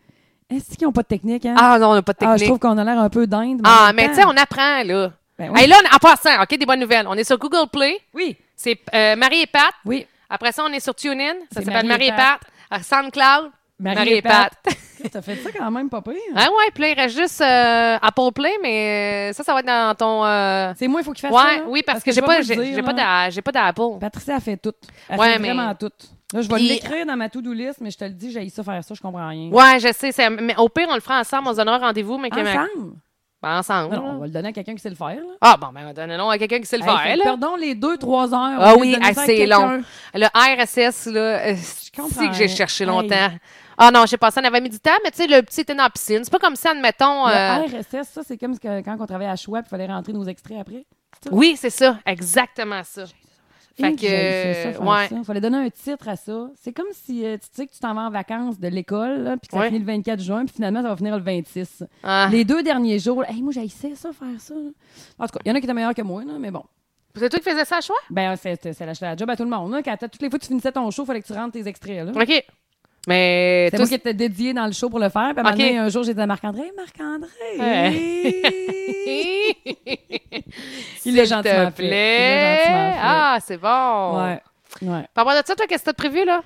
S2: Est-ce qu'ils n'ont pas de technique hein?
S1: ah non, on n'a pas de
S2: Ah, je
S1: technique.
S2: trouve qu'on a l'air un peu d'Inde.
S1: Ah, mais tu sais, on apprend, là.
S2: oui.
S1: Hey, là, on- en passant, OK, des bonnes nouvelles. On est sur Google Play.
S2: ben oui,
S1: C'est euh, Marie et Pat.
S2: oui.
S1: Après ça, on est sur TuneIn. Ça
S2: C'est
S1: s'appelle Marie et Pat. À SoundCloud.
S2: Marie,
S1: Marie
S2: et
S1: et Pat.
S2: T'as fait ça quand même pas pire.
S1: Ah ouais, puis là, il reste juste euh, Apple Play, mais euh, ça, ça va être dans ton. euh,
S2: C'est moi, il faut qu'il fasse ça.
S1: Ouais,
S2: là.
S1: oui, parce, que,
S2: je
S1: j'ai
S2: vais
S1: pas,
S2: vous le
S1: j'ai
S2: dire,
S1: j'ai pas
S2: là. Ben,
S1: d'a- j'ai pas d'Apple.
S2: Patricia a fait tout. Elle
S1: Ouais,
S2: fait
S1: mais-
S2: vraiment tout. Là, je vais
S1: Puis-
S2: l'écrire dans ma to-do list, mais je te le dis, j'ai ça faire ça, je comprends rien.
S1: Ouais, je sais. c'est- Mais au pire, on le fera ensemble. On se donnera rendez-vous, mais que-
S2: Ensemble?
S1: ben, ensemble.
S2: Non,
S1: là.
S2: on va le donner à quelqu'un qui sait le faire. Là.
S1: Ah, bon, ben, donnez-le à quelqu'un qui sait le
S2: Hey,
S1: faire.
S2: fait que
S1: Là.
S2: Perdons les deux, trois heures.
S1: Ah
S2: On va
S1: oui,
S2: le donner
S1: hey,
S2: ça à
S1: c'est
S2: quelqu'un.
S1: long. Le RSS, là, euh,
S2: comprends.
S1: c'est que j'ai cherché
S2: Hey.
S1: longtemps. Ah non, j'ai passé en avant midi temps, mais tu sais, le petit était dans la piscine. C'est pas comme ça, admettons. euh,
S2: Le RSS, ça, c'est comme ce que- quand on travaillait à Choix, puis il fallait rentrer nos extraits après. ça.
S1: Oui, c'est ça. Exactement ça. Fait
S2: Hey,
S1: que,
S2: j'ai fait ça,
S1: euh,
S2: faire
S1: ouais.
S2: ça. Fallait donner un titre à ça. C'est comme si euh, tu sais que tu t'en vas en vacances de l'école, là, puis que ça
S1: Ouais.
S2: finit le 24 juin, puis finalement, ça va finir le 26.
S1: Ah.
S2: Les deux derniers jours, hey, moi, j'haïssais ça, faire ça. En tout cas, il y en a qui étaient meilleurs que moi, là, mais bon.
S1: C'est toi qui faisais ça à choix?
S2: Ben, c'est c'est la, la job à tout le monde. Là. Quand t'as- toutes les fois que tu finissais ton show, il fallait que tu rentres tes extraits. Là.
S1: OK. Mais
S2: C'est
S1: toi,
S2: moi qui étais dédié dans le show pour le faire. Puis à un, moment
S1: Ok.
S2: donné, un jour, j'ai dit à Marc-André, Hey, Marc-André!
S1: S'il
S2: Il l'a gentiment
S1: te
S2: fait. Il l'a
S1: plaît.
S2: gentiment fait.
S1: Ah, c'est bon.
S2: Ouais. ouais.
S1: Par rapport à ça, toi, qu'est-ce que t'as de prévu, là?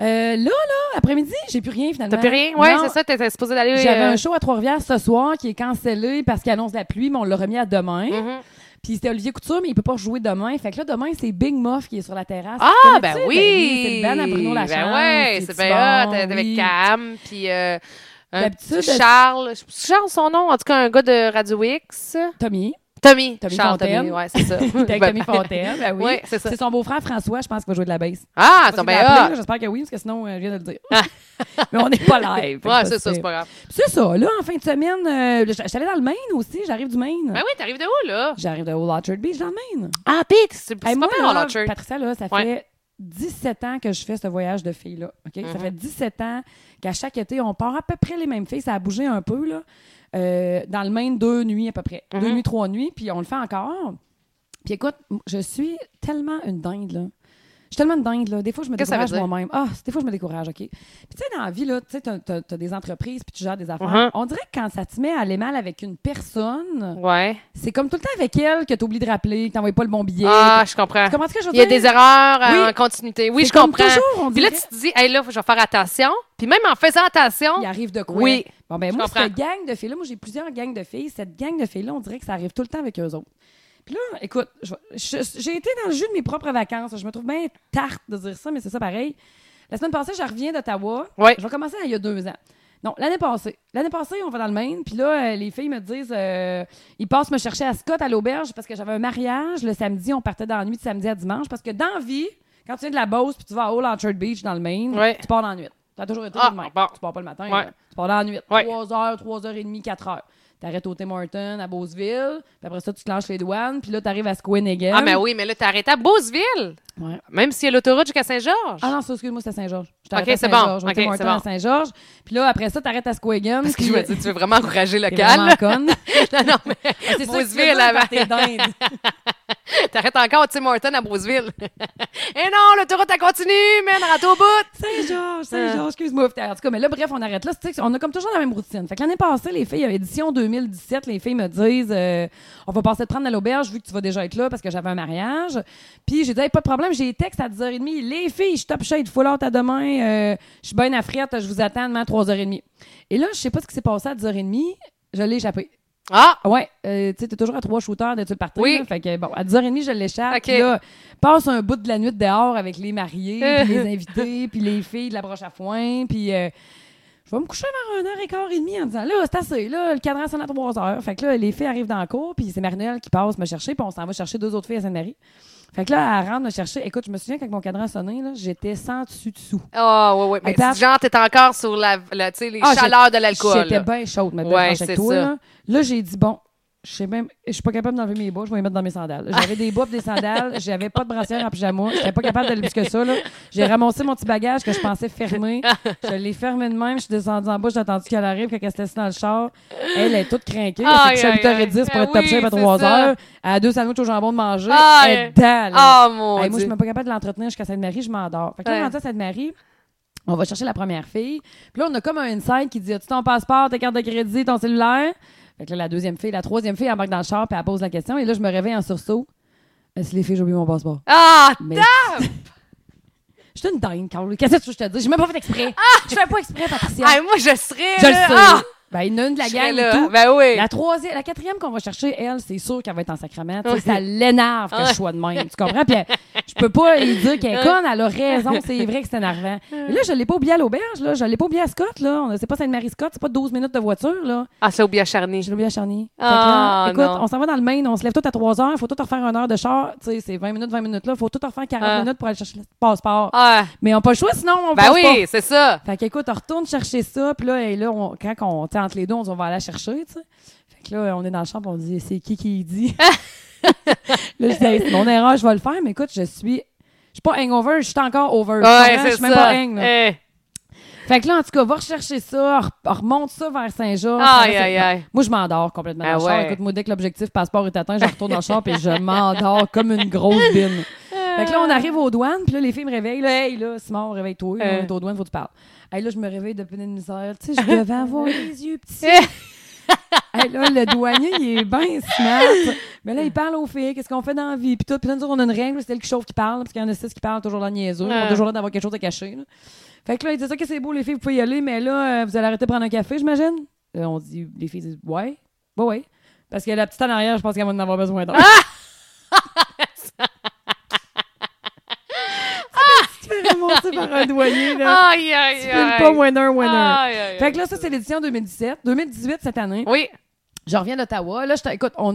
S2: Euh, là, là, après-midi, j'ai plus rien finalement.
S1: T'as plus rien? Ouais,
S2: Non,
S1: c'est ça, t'étais supposé d'aller.
S2: J'avais
S1: euh,
S2: un show à Trois-Rivières ce soir qui est cancellé parce qu'il annonce la pluie, mais on l'a remis à demain.
S1: Mhm.
S2: Puis c'était Olivier Couture, mais il peut pas jouer demain. Fait que là, demain, c'est Big Muff qui est sur la terrasse.
S1: Ah,
S2: Tu connais-tu?
S1: ben oui!
S2: C'est le band à Bruno Lachance.
S1: Ben ouais, c'est bien hot. T'es avec
S2: Carl.
S1: Cam, puis euh, un
S2: D'habitude,
S1: petit Charles. Je- Charles, son nom, en tout cas, un gars de Radio X.
S2: Tommy.
S1: Tommy.
S2: Tommy
S1: Charles
S2: Fontaine.
S1: Tommy, ouais, c'est ça.
S2: Il était avec
S1: Ben,
S2: Tommy Fontaine. Ben oui.
S1: Ouais, c'est ça.
S2: C'est son beau-frère François, je pense, qui va jouer de la baisse.
S1: Ah, c'est bien hot. Ah.
S2: J'espère que oui, parce que sinon, euh, je viens de le dire. mais on n'est pas live. fait que
S1: Ouais,
S2: ça,
S1: c'est ça, c'est pas grave.
S2: C'est ça. Là, en fin de semaine, euh, je je suis allée dans le Maine aussi. J'arrive du Maine.
S1: Ben oui, t'arrives de où, là?
S2: J'arrive de Old Orchard Beach dans le Maine.
S1: Ah, Pete, c'est c'est
S2: Hey,
S1: pas
S2: moi,
S1: pire,
S2: là,
S1: Old Orchard.
S2: Patricia, là, ça
S1: Ouais.
S2: fait 17 ans que je fais ce voyage de filles-là. ok?
S1: Mm-hmm.
S2: Ça fait 17 ans qu'à chaque été, on part à peu près les mêmes filles. Ça a bougé un peu, là. Euh, dans le Maine, deux nuits à peu près.
S1: Mm-hmm.
S2: Deux nuits, trois nuits, puis on le fait encore. Puis écoute, m- je suis tellement une dinde, là. Je suis tellement dingue, là. Des fois, je me
S1: Qu'est-ce que ça veut
S2: décourage moi-même. Ah, des fois, je me décourage, OK. Puis, tu sais, dans la vie, là, tu sais, t'as, t'as- t'as des entreprises, puis tu gères des affaires.
S1: Mhm.
S2: On dirait que quand ça te met à aller mal avec une personne,
S1: Ouais.
S2: c'est comme tout le temps avec elle que t'oublies de rappeler, que t'envoies pas le bon billet.
S1: Ah, je comprends.
S2: Tu comprends ce que je veux
S1: Il y a
S2: dire?
S1: des erreurs euh,
S2: Oui.
S1: en continuité. Oui,
S2: C'est
S1: je
S2: comme
S1: comprends.
S2: toujours, on
S1: Puis là, tu
S2: dirait.
S1: te dis, hey, là, faut que je vais faire attention. Puis même en faisant attention,
S2: Il arrive de quoi?
S1: Oui.
S2: Bon, ben,
S1: Je
S2: moi,
S1: comprends.
S2: cette gang de filles-là, moi, j'ai plusieurs gangs de filles. Cette gang de filles-là, on dirait que ça arrive tout le temps avec eux autres. Puis là, écoute, je- je- j'ai été dans le jus de mes propres vacances. Je me trouve bien tarte de dire ça, mais c'est ça pareil. La semaine passée, je reviens d'Ottawa.
S1: Ouais.
S2: Je vais commencer il y a deux ans. Non, l'année passée. L'année passée, on va dans le Maine. Puis là, euh, les filles me disent, euh, ils passent me chercher à Scott, à l'auberge, parce que j'avais un mariage le samedi. On partait dans la nuit de samedi à dimanche. Parce que dans la vie, quand tu viens de la Beauce, puis tu vas à Old Orchard Beach, dans le Maine,
S1: Ouais.
S2: tu pars dans la nuit. T'as toujours été
S1: Ah,
S2: le même.
S1: bon.
S2: Tu pars pas le matin.
S1: Ouais.
S2: là. Tu pars dans la nuit.
S1: Ouais.
S2: 3h, 3h30, 4h. T'arrêtes au Tim Hortons, à Beauceville. Puis après ça, tu clenches les douanes. Puis là, t'arrives à Squinigan.
S1: ah, ben oui, mais là, t'as arrêté à Beauceville,
S2: Ouais.
S1: même s'il y a l'autoroute jusqu'à Saint-Georges.
S2: Ah non, ça, excuse-moi, c'était Saint-Georges. Je
S1: Ok,
S2: t'arrête à
S1: c'est bon.
S2: Saint-Georges. Au
S1: Ok,
S2: Tim
S1: c'est
S2: Hortons
S1: bon.
S2: à Saint-Georges. Puis là, après ça, t'arrête à Squinigan.
S1: Parce que je me dis, tu veux vraiment encourager
S2: T'es
S1: local.
S2: vraiment conne. Ah,
S1: non, non, mais
S2: C'est ça que tu veux
S1: Beauceville,
S2: dire par
S1: avant.
S2: tes dindes.
S1: T'arrêtes encore au Tim Hortons à Beauceville. Eh non, l'autoroute, elle continue, man, rentre au bout.
S2: Saint-Georges, Saint-Georges, excuse-moi. En tout cas, mais là, bref, on arrête là. Tu sais, On a comme toujours la même routine. Fait que l'année passée, les filles, à édition 2017, les filles me disent euh, On va passer te prendre à l'auberge vu que tu vas déjà être là parce que j'avais un mariage. Puis j'ai dit Hey, Pas de problème, j'ai les textes à 10h30. Les filles, je suis top shade, full out à demain. euh, je suis bien à frette, je vous attends demain à 3h30. Et là, je sais pas ce qui s'est passé à 10h30. Je l'ai échappé.
S1: Ah,
S2: Ah Ouais, euh, tu sais, t'es toujours à trois shooters de tout le parti.
S1: Oui.
S2: là. fait que bon, à 10h30, je l'échappe.
S1: Ok.
S2: Puis là, passe un bout de la nuit dehors avec les mariés,
S1: Euh.
S2: puis les invités, puis les filles de la broche à foin. Puis euh, je vais me coucher vers 1h15 en disant là, c'est assez. Là, le cadran sonne à 3h. Fait que là, les filles arrivent dans la cour, puis c'est Marinelle qui passe me chercher, puis on s'en va chercher deux autres filles à Sainte-Marie. Fait que là, elle rentre me chercher. Écoute, je me souviens quand mon cadran sonnait, là, j'étais sans dessus-dessous.
S1: ah oui, oui. Mais
S2: Attends.
S1: c'est genre, t'es encore sur la, la- tu sais, les
S2: Ah, j'ai-
S1: chaleurs de l'alcool.
S2: J'étais
S1: là.
S2: bien chaude, ma belle
S1: Ouais,
S2: franche, avec
S1: c'est
S2: toi.
S1: ça.
S2: Là, Là, j'ai dit, bon, je sais même, je suis pas capable d'enlever mes bas, je vais les mettre dans mes sandales. J'avais des bas pis des sandales, j'avais pas de brassière en pyjama, j'étais pas capable d'aller plus que ça. là. J'ai ramassé mon petit bagage que je pensais fermer. Je l'ai fermé de même, je suis descendue en bas, j'ai attendu qu'elle arrive, quand elle s'était assise dans le char. Elle est toute
S1: Aïe,
S2: craquée, elle s'est couchée à
S1: aïe,
S2: 8h10 pour
S1: aïe.
S2: être top
S1: Ah
S2: shape à
S1: oui, c'est
S2: 3h. Elle a deux sandwichs au jambon de manger,
S1: Aïe.
S2: elle est dedans. là.
S1: Ah, mon
S2: Hey, moi, je
S1: Dieu.
S2: suis même pas capable de l'entretenir jusqu'à Sainte-Marie, je m'endors. Fait que là,
S1: Ouais.
S2: rendue à Sainte-Marie, on va chercher la première fille. Puis là, on a comme un inside qui dit As-tu ton passeport, ta carte de crédit, ton cellulaire Fait que là, la deuxième fille, la troisième fille, elle embarque dans le char, puis elle pose la question. Et là, je me réveille en sursaut. Est-ce les filles, j'ai oublié mon passeport
S1: Ah,
S2: Mais. Je suis une dingue, Carl. Qu'est-ce que tu veux que je te dis? J'ai même pas fait exprès. Je fais pas exprès, Patricia.
S1: ah, moi, je serais.
S2: je le sais.
S1: là, ah,
S2: Ben, il y en a une de la
S1: je serais
S2: gang et
S1: là.
S2: tout.
S1: Ben oui.
S2: La troisième, la quatrième qu'on va chercher, elle, c'est sûr qu'elle va être en sacrament. Tu sais, ça l'énerve que je sois de même. Tu comprends? Puis elle- je peux pas lui dire qu'elle est conne. Elle a raison. C'est vrai que c'est énervant. Mais là, je l'ai pas oublié à l'auberge, là. Je l'ai pas oublié à Scott, là. On- C'est pas Sainte-Marie-Scott. C'est pas 12 minutes de voiture, là.
S1: Ah, c'est oublié à Charny.
S2: Je l'ai oublié à Charny. Fait que
S1: Ah,
S2: là, écoute,
S1: non.
S2: on s'en va dans le Maine. On se lève tout à 3 heures. Faut tout refaire une heure de char. Tu sais, c'est 20 minutes, 20 minutes, là. Faut tout refaire 40
S1: Ah.
S2: minutes pour aller chercher le passeport.
S1: Ah,
S2: Mais on n'a pas le choix, sinon, on
S1: ben
S2: passe pas.
S1: oui, c'est ça.
S2: Fait qu'écoute, on retourne chercher ça, puis là, et là on, quand on tente les deux, on dit on va aller la chercher, tu sais. Fait que là, on est dans le champ, puis on dit c'est qui qui dit Là, je dis Hey, c'est mon erreur, je vais le faire, mais écoute, je suis. Je suis pas hangover, je suis encore over. Tu
S1: Ouais,
S2: comprends? je
S1: c'est
S2: suis même pas
S1: ça.
S2: hang. là.
S1: Eh.
S2: Fait que là, en tout cas, va rechercher ça, re- remonte ça vers Saint-Georges.
S1: Aïe,
S2: Ça va,
S1: aïe,
S2: c'est-
S1: aïe.
S2: Moi, je m'endors complètement dans
S1: Ah
S2: le char.
S1: ouais.
S2: Écoute, moi, dès que l'objectif passeport est atteint, je retourne dans le char, puis je m'endors comme une grosse bine. Fait que là, on arrive aux douanes, puis là, les filles me réveillent. Là, hey, là, Simon, réveille-toi. là,
S1: Euh.
S2: On est aux douanes, faut que tu parles. Hey, là, je me réveille de peine de misère. Tu sais, je devais avoir les yeux petits. hey, là, le douanier, il est bien smart. Mais là, il parle aux filles, qu'est-ce qu'on fait dans la vie? Puis tout. Puis là, nous autres, on a une règle, c'est elle qui chauffe qui parle, parce qu'il y en a six qui parlent, toujours dans le niaiseux. On
S1: Euh.
S2: a toujours l'air d'avoir quelque chose à cacher. là. Fait que là, il dit ça, que c'est beau, les filles, vous pouvez y aller, mais là, euh, vous allez arrêter de prendre un café, j'imagine? Euh, on dit, les filles disent, ouais, bah ouais. Parce que la petite en arrière, je pense qu'elle va en avoir besoin d'un. Tu fais remonter par un douanier, là.
S1: Aïe, aïe,
S2: tu
S1: aïe.
S2: files pas winner, winner.
S1: Aïe, aïe,
S2: Fait que là, ça, c'est l'édition 2017. 2018, cette année.
S1: Oui.
S2: Je reviens d'Ottawa. Là, je t'en- écoute, on.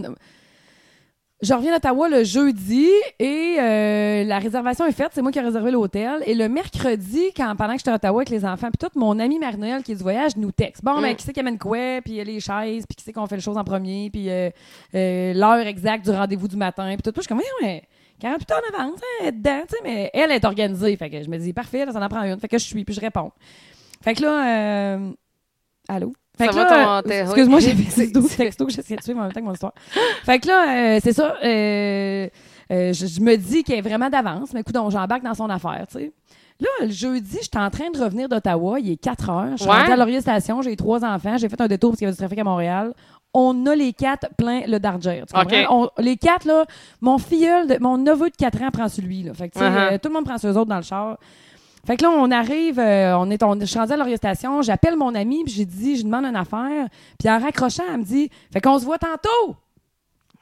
S2: Je reviens d'Ottawa le jeudi et euh, la réservation est faite. C'est moi qui ai réservé l'hôtel. Et le mercredi, quand, pendant que j'étais à Ottawa avec les enfants, puis tout, mon ami Marie-Noël qui est du voyage nous texte. Bon,
S1: Mm.
S2: ben, qui c'est qui amène quoi? Puis euh, les chaises, puis qui c'est qu'on fait les choses en premier, puis euh, euh, l'heure exacte du rendez-vous du matin, puis tout. Puis je suis comme, voyons, mais 48 heures en avance, hein, elle est dedans, tu sais, mais elle est organisée. Fait que je me dis, parfait, là, ça en prend une. Fait que je suis, puis je réponds. Fait que là, euh, allô? Fait
S1: Ça
S2: que
S1: va,
S2: là,
S1: ton-
S2: euh,
S1: t'es- oui.
S2: excuse-moi, j'avais
S1: C'est-
S2: 12 textos que j'essayais de suivre en même temps que mon histoire. Fait que là, euh, c'est ça. euh, Euh, je, je me dis qu'elle est vraiment d'avance, mais écoute, j'embarque dans son affaire, tu sais. Là, le jeudi, j'étais en train de revenir d'Ottawa, il est 4 heures. Je suis
S1: Ouais.
S2: rentrée à Laurier Station, j'ai trois enfants, j'ai fait un détour parce qu'il y avait du trafic à Montréal. On a les quatre plein le Darger. Tu comprends?
S1: OK.
S2: On- les quatre, là, mon filleul, de- mon neveu de 4 ans prend sur lui. Là. Fait que, tu sais,
S1: Uh-huh.
S2: euh, tout le monde prend sur eux autres dans le char. Fait que là, on arrive, euh, on est, on, je suis rendue à l'orientation, j'appelle mon ami, puis j'ai dit, je demande une affaire. Puis en raccrochant, elle me dit, fait qu'on se voit tantôt.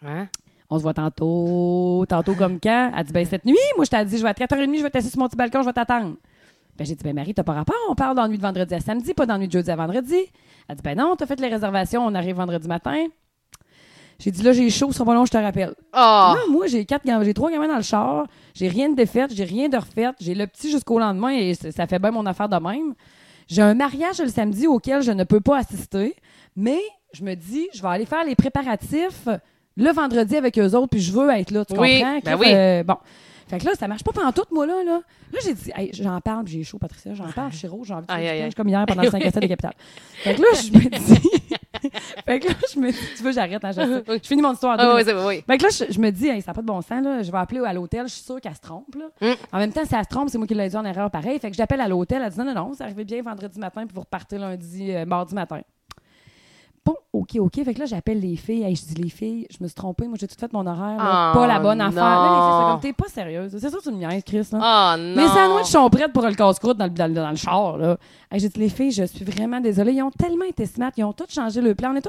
S1: Hein?
S2: On se voit tantôt, tantôt comme quand? Elle dit, ben cette nuit, moi, je t'ai dit, je vais à 4h30, je vais t'asseoir sur mon petit balcon, je vais t'attendre. Ben j'ai dit, ben Marie, t'as pas rapport, on parle dans la nuit de vendredi à samedi, pas dans la nuit de jeudi à vendredi. Elle dit, ben non, t'as fait les réservations, on arrive vendredi matin. J'ai dit, là, j'ai chaud, sur pas long, je te rappelle.
S1: Oh!
S2: Non, moi, j'ai quatre gam- j'ai trois gamins dans le char, j'ai rien de défait, j'ai rien de refait, j'ai le petit jusqu'au lendemain et c- ça fait bien mon affaire de même. J'ai un mariage le samedi auquel je ne peux pas assister, mais je me dis, je vais aller faire les préparatifs le vendredi avec eux autres, puis je veux être là, tu
S1: Oui,
S2: comprends?
S1: ben
S2: Cliff,
S1: oui.
S2: euh, bon. Fait que là, ça marche pas pantoute, moi, là. Là, là j'ai dit, Hey, j'en parle, puis j'ai chaud, Patricia, j'en parle, je suis rouge, j'ai envie de faire
S1: Aïe,
S2: du
S1: aïe,
S2: punch
S1: aïe.
S2: comme hier pendant le 5 à 7 de Capital. Fait que là, je me dis... fait que là, je me dis... Tu veux, j'arrête, hein, je- je finis mon histoire. en deux
S1: Ah oui,
S2: minutes.
S1: c'est- oui.
S2: Fait Ben, que là, je, je me dis, Hey, ça n'a pas de bon sens, là. je vais appeler à l'hôtel, je suis sûre qu'elle se trompe. là.
S1: Mm.
S2: En même temps, si elle se trompe, c'est moi qui l'ai dit en erreur pareil. Fait que j'appelle à l'hôtel, elle dit non, non, non, ça arrivait bien vendredi matin, puis vous repartez lundi, euh, mardi matin. Bon, OK, OK. Fait que là, j'appelle les filles. Hey, je dis, les filles, je me suis trompée. Moi, j'ai tout fait mon horaire. là.
S1: Oh,
S2: pas la bonne affaire. Là, les filles,
S1: non.
S2: c'est comme, t'es pas sérieuse. C'est sûr que tu me niaises, Chris. Là.
S1: Oh non!
S2: Mes sandwichs sont prêtes pour le casse-croûte dans le, dans le- dans le char. Là. Hey, j'ai dit, les filles, je suis vraiment désolée. Ils ont tellement été smart. Ils ont tous changé le plan. On est tous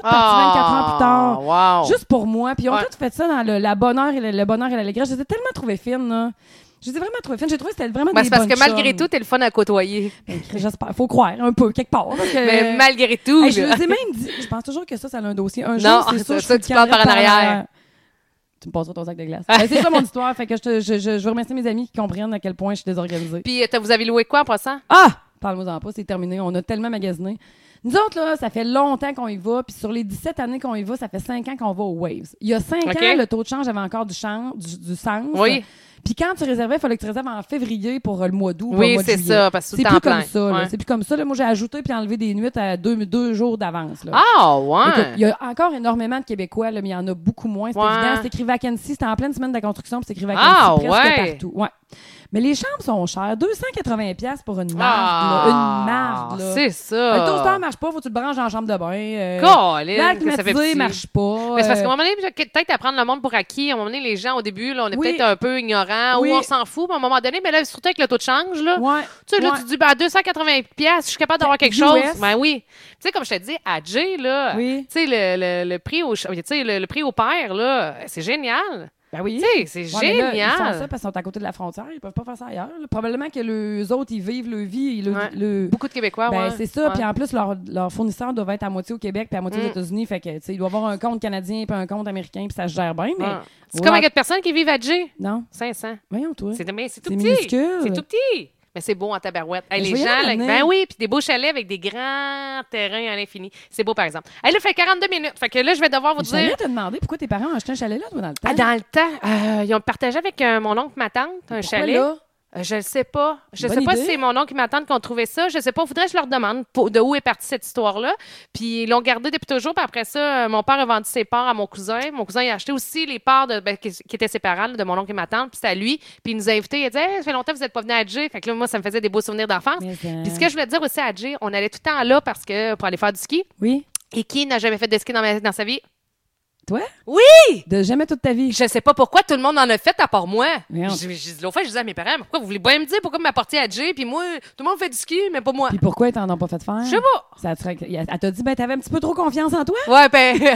S1: Oh,
S2: partis 24 heures plus tard.
S1: Ah, Wow!
S2: Juste pour moi. Puis ils ont
S1: Ouais.
S2: tous fait ça dans le, la bonheur et le, le bonheur et l'allégresse. Je les ai tellement trouvées fines, là. Je les ai vraiment trouvées fines. J'ai trouvé que c'était vraiment
S1: Ben,
S2: des
S1: c'est parce
S2: bonnes
S1: que malgré
S2: chums.
S1: tout, t'es le fun à côtoyer.
S2: Ben, J'espère. Faut croire, un peu, quelque part. parce que-
S1: Mais malgré tout,
S2: Euh, Hey, je
S1: là.
S2: les ai même dit. Je pense toujours que ça, ça a un dossier. Un
S1: Non,
S2: jour, c'est
S1: c'est
S2: sûr, je
S1: ça,
S2: fous le
S1: tu plantes par en
S2: carnet
S1: arrière.
S2: Tu me passeras ton sac de glace. Ben, c'est ça mon histoire. Fait que je, te- je, je, je veux remercier mes amis qui comprennent à quel point je suis désorganisée.
S1: Puis, euh, t'as- vous avez loué quoi en passant?
S2: Ah! Parle-moi-en pas, c'est terminé. On a tellement magasiné. Nous autres, là, ça fait longtemps qu'on y va. Puis sur les 17 années qu'on y va, ça fait 5 ans qu'on va aux Waves. Il y a 5
S1: OK.
S2: ans, le taux de change avait encore du, chan- du, du sens.
S1: Oui.
S2: Puis quand tu réservais, il fallait que tu réserves en février pour euh, le mois d'août. pas le
S1: Oui,
S2: mois de
S1: c'est
S2: juillet.
S1: ça, parce que
S2: C'est
S1: tout
S2: plus
S1: en
S2: comme
S1: plein.
S2: ça. là.
S1: Ouais.
S2: C'est plus comme ça. Là, moi, j'ai ajouté puis enlevé des nuits à deux, deux jours d'avance. là.
S1: Ah,
S2: Écoute,
S1: ouais!
S2: il y a encore énormément de Québécois, là, mais il y en a beaucoup moins. C'est
S1: Ouais.
S2: évident. C'est écrit vacancy. C'était en pleine semaine de la construction, puis c'est écrit vacancy
S1: Ah,
S2: presque
S1: ouais.
S2: partout. Ouais. Mais les chambres sont chères. 280$ piastres pour une marde. là.
S1: Ah,
S2: Une marde. là.
S1: C'est
S2: Le
S1: ça.
S2: toaster marche pas, faut que tu le branches en chambre de bain. Euh,
S1: Colin,
S2: L'air
S1: que ça fait
S2: climatisé
S1: pitié.
S2: marche pas.
S1: Mais c'est parce
S2: euh,
S1: qu'à un moment donné, peut-être à prendre le monde pour acquis. À un moment donné, les gens, au début, là, on est
S2: Oui.
S1: peut-être un peu ignorants
S2: Oui.
S1: ou on s'en fout. Mais à un moment donné, mais là, surtout avec le taux de change, là,
S2: euh, ouais,
S1: tu sais, là,
S2: ouais.
S1: tu te dis, ben, à 280$, piastres, je suis capable d'avoir quelque
S2: US.
S1: chose. Ben oui. Tu sais, comme je te dis, à Jay, là,
S2: Oui.
S1: tu sais, le, le, le prix au, ch- tu sais, le, le prix au père, là, c'est génial.
S2: Ben oui.
S1: Tu sais, c'est
S2: Ouais, mais là,
S1: génial.
S2: ils font ça parce qu'ils sont à côté de la frontière. Ils peuvent pas faire ça ailleurs. là. Probablement que les autres, ils vivent le vie. Le,
S1: Ouais.
S2: le-
S1: Beaucoup de Québécois,
S2: Ben,
S1: Ah, ouais.
S2: c'est ça.
S1: Ouais.
S2: Puis en plus, leurs leurs fournisseurs doivent être à moitié au Québec puis à moitié aux
S1: Mm.
S2: États-Unis. Fait que, tu sais, il doit avoir un compte canadien puis un compte américain puis ça se gère bien. Mais
S1: Ouais. C'est
S2: Ouais.
S1: comme avec personne qui vivent à Jay.
S2: non,
S1: 500.
S2: voyons, toi.
S1: C'est mais c'est tout
S2: C'est
S1: petit.
S2: minuscule.
S1: C'est tout petit. Mais c'est beau en tabarouette. Hey,
S2: Mais je
S1: les
S2: vais y
S1: gens,
S2: aller
S1: là,
S2: maintenant.
S1: ben oui, puis des beaux chalets avec des grands terrains à l'infini. C'est beau, par exemple. Elle là, fait 42 minutes. Fait que là, je vais devoir vous
S2: J'allais
S1: dire.
S2: te demander pourquoi tes parents ont acheté un chalet là, toi, dans le temps.
S1: Ah, dans le temps, euh, ils ont partagé avec euh, mon oncle, ma tante, un
S2: Pourquoi
S1: chalet.
S2: là?
S1: Euh, Je ne sais pas. Je ne
S2: Bonne
S1: sais pas
S2: idée.
S1: si c'est mon oncle qui m'attend qui ont trouvé ça. Je ne sais pas. Faudrait que je leur demande pour- de où est partie cette histoire-là. Puis ils l'ont gardé depuis toujours. Puis après ça, euh, mon père a vendu ses parts à mon cousin. Mon cousin il a acheté aussi les parts de, ben, qui, qui étaient ses parents, là, de mon oncle et ma tante. Puis c'est à lui. Puis il nous a invités. Il a dit Hey, Ça fait longtemps que vous n'êtes pas venu à Jay. Fait que là, moi, ça me faisait des beaux souvenirs d'enfance.
S2: Mais, euh,
S1: Puis ce que je voulais dire aussi à Jay, on allait tout le temps là parce que, pour aller faire du ski.
S2: Oui.
S1: Et qui n'a jamais fait de ski dans, ma- dans sa vie?
S2: Toi?
S1: Oui!
S2: De jamais toute ta vie.
S1: Je sais pas pourquoi tout le monde en a fait à part moi.
S2: Merde.
S1: J'ai j'ai dit l'autre fois, je disais à mes parents, pourquoi vous voulez bien me dire pourquoi vous m'apportez à Jay, puis moi, tout le monde fait du ski, mais pas moi.
S2: Puis pourquoi ils t'en ont pas fait faire?
S1: Je sais pas.
S2: Ça te- Elle t'a dit, ben, t'avais un petit peu trop confiance en toi?
S1: Ouais, ben,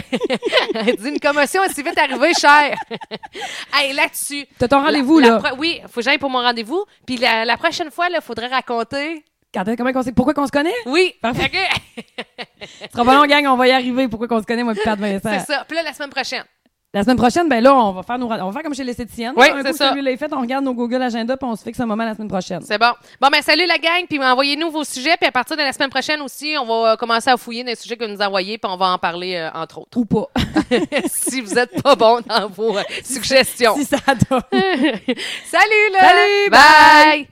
S1: elle dit une commotion, elle s'est vite arrivée, cher. hey, là-dessus.
S2: T'as ton
S1: la-
S2: rendez-vous,
S1: la
S2: là.
S1: pro- Oui, faut que j'aille pour mon rendez-vous. Puis la, la prochaine fois, là, faudrait raconter.
S2: Quand est- comment qu'on s'est- pourquoi qu'on se connaît?
S1: Oui. Fait
S2: Parfait.
S1: que-
S2: Ce sera pas long, gang, on va y arriver. Pourquoi qu'on se connaît, moi, puis Pat Vincent?
S1: C'est ça. Puis là, la semaine prochaine.
S2: La semaine prochaine, ben là, on va faire, nos... on va faire comme chez les Sétiennes.
S1: Oui,
S2: un
S1: c'est
S2: coup,
S1: ça.
S2: celui-là est fait, on regarde nos Google Agenda, puis on se fixe un moment la semaine prochaine.
S1: C'est bon. Bon, ben, salut la gang, puis envoyez-nous vos sujets, puis à partir de la semaine prochaine aussi, on va euh, commencer à fouiller dans les sujets que vous nous envoyez, puis on va en parler, euh, entre autres.
S2: Ou pas.
S1: si vous êtes pas bon dans vos euh, suggestions.
S2: si ça donne.
S1: Salut là.
S2: Salut,
S1: bye.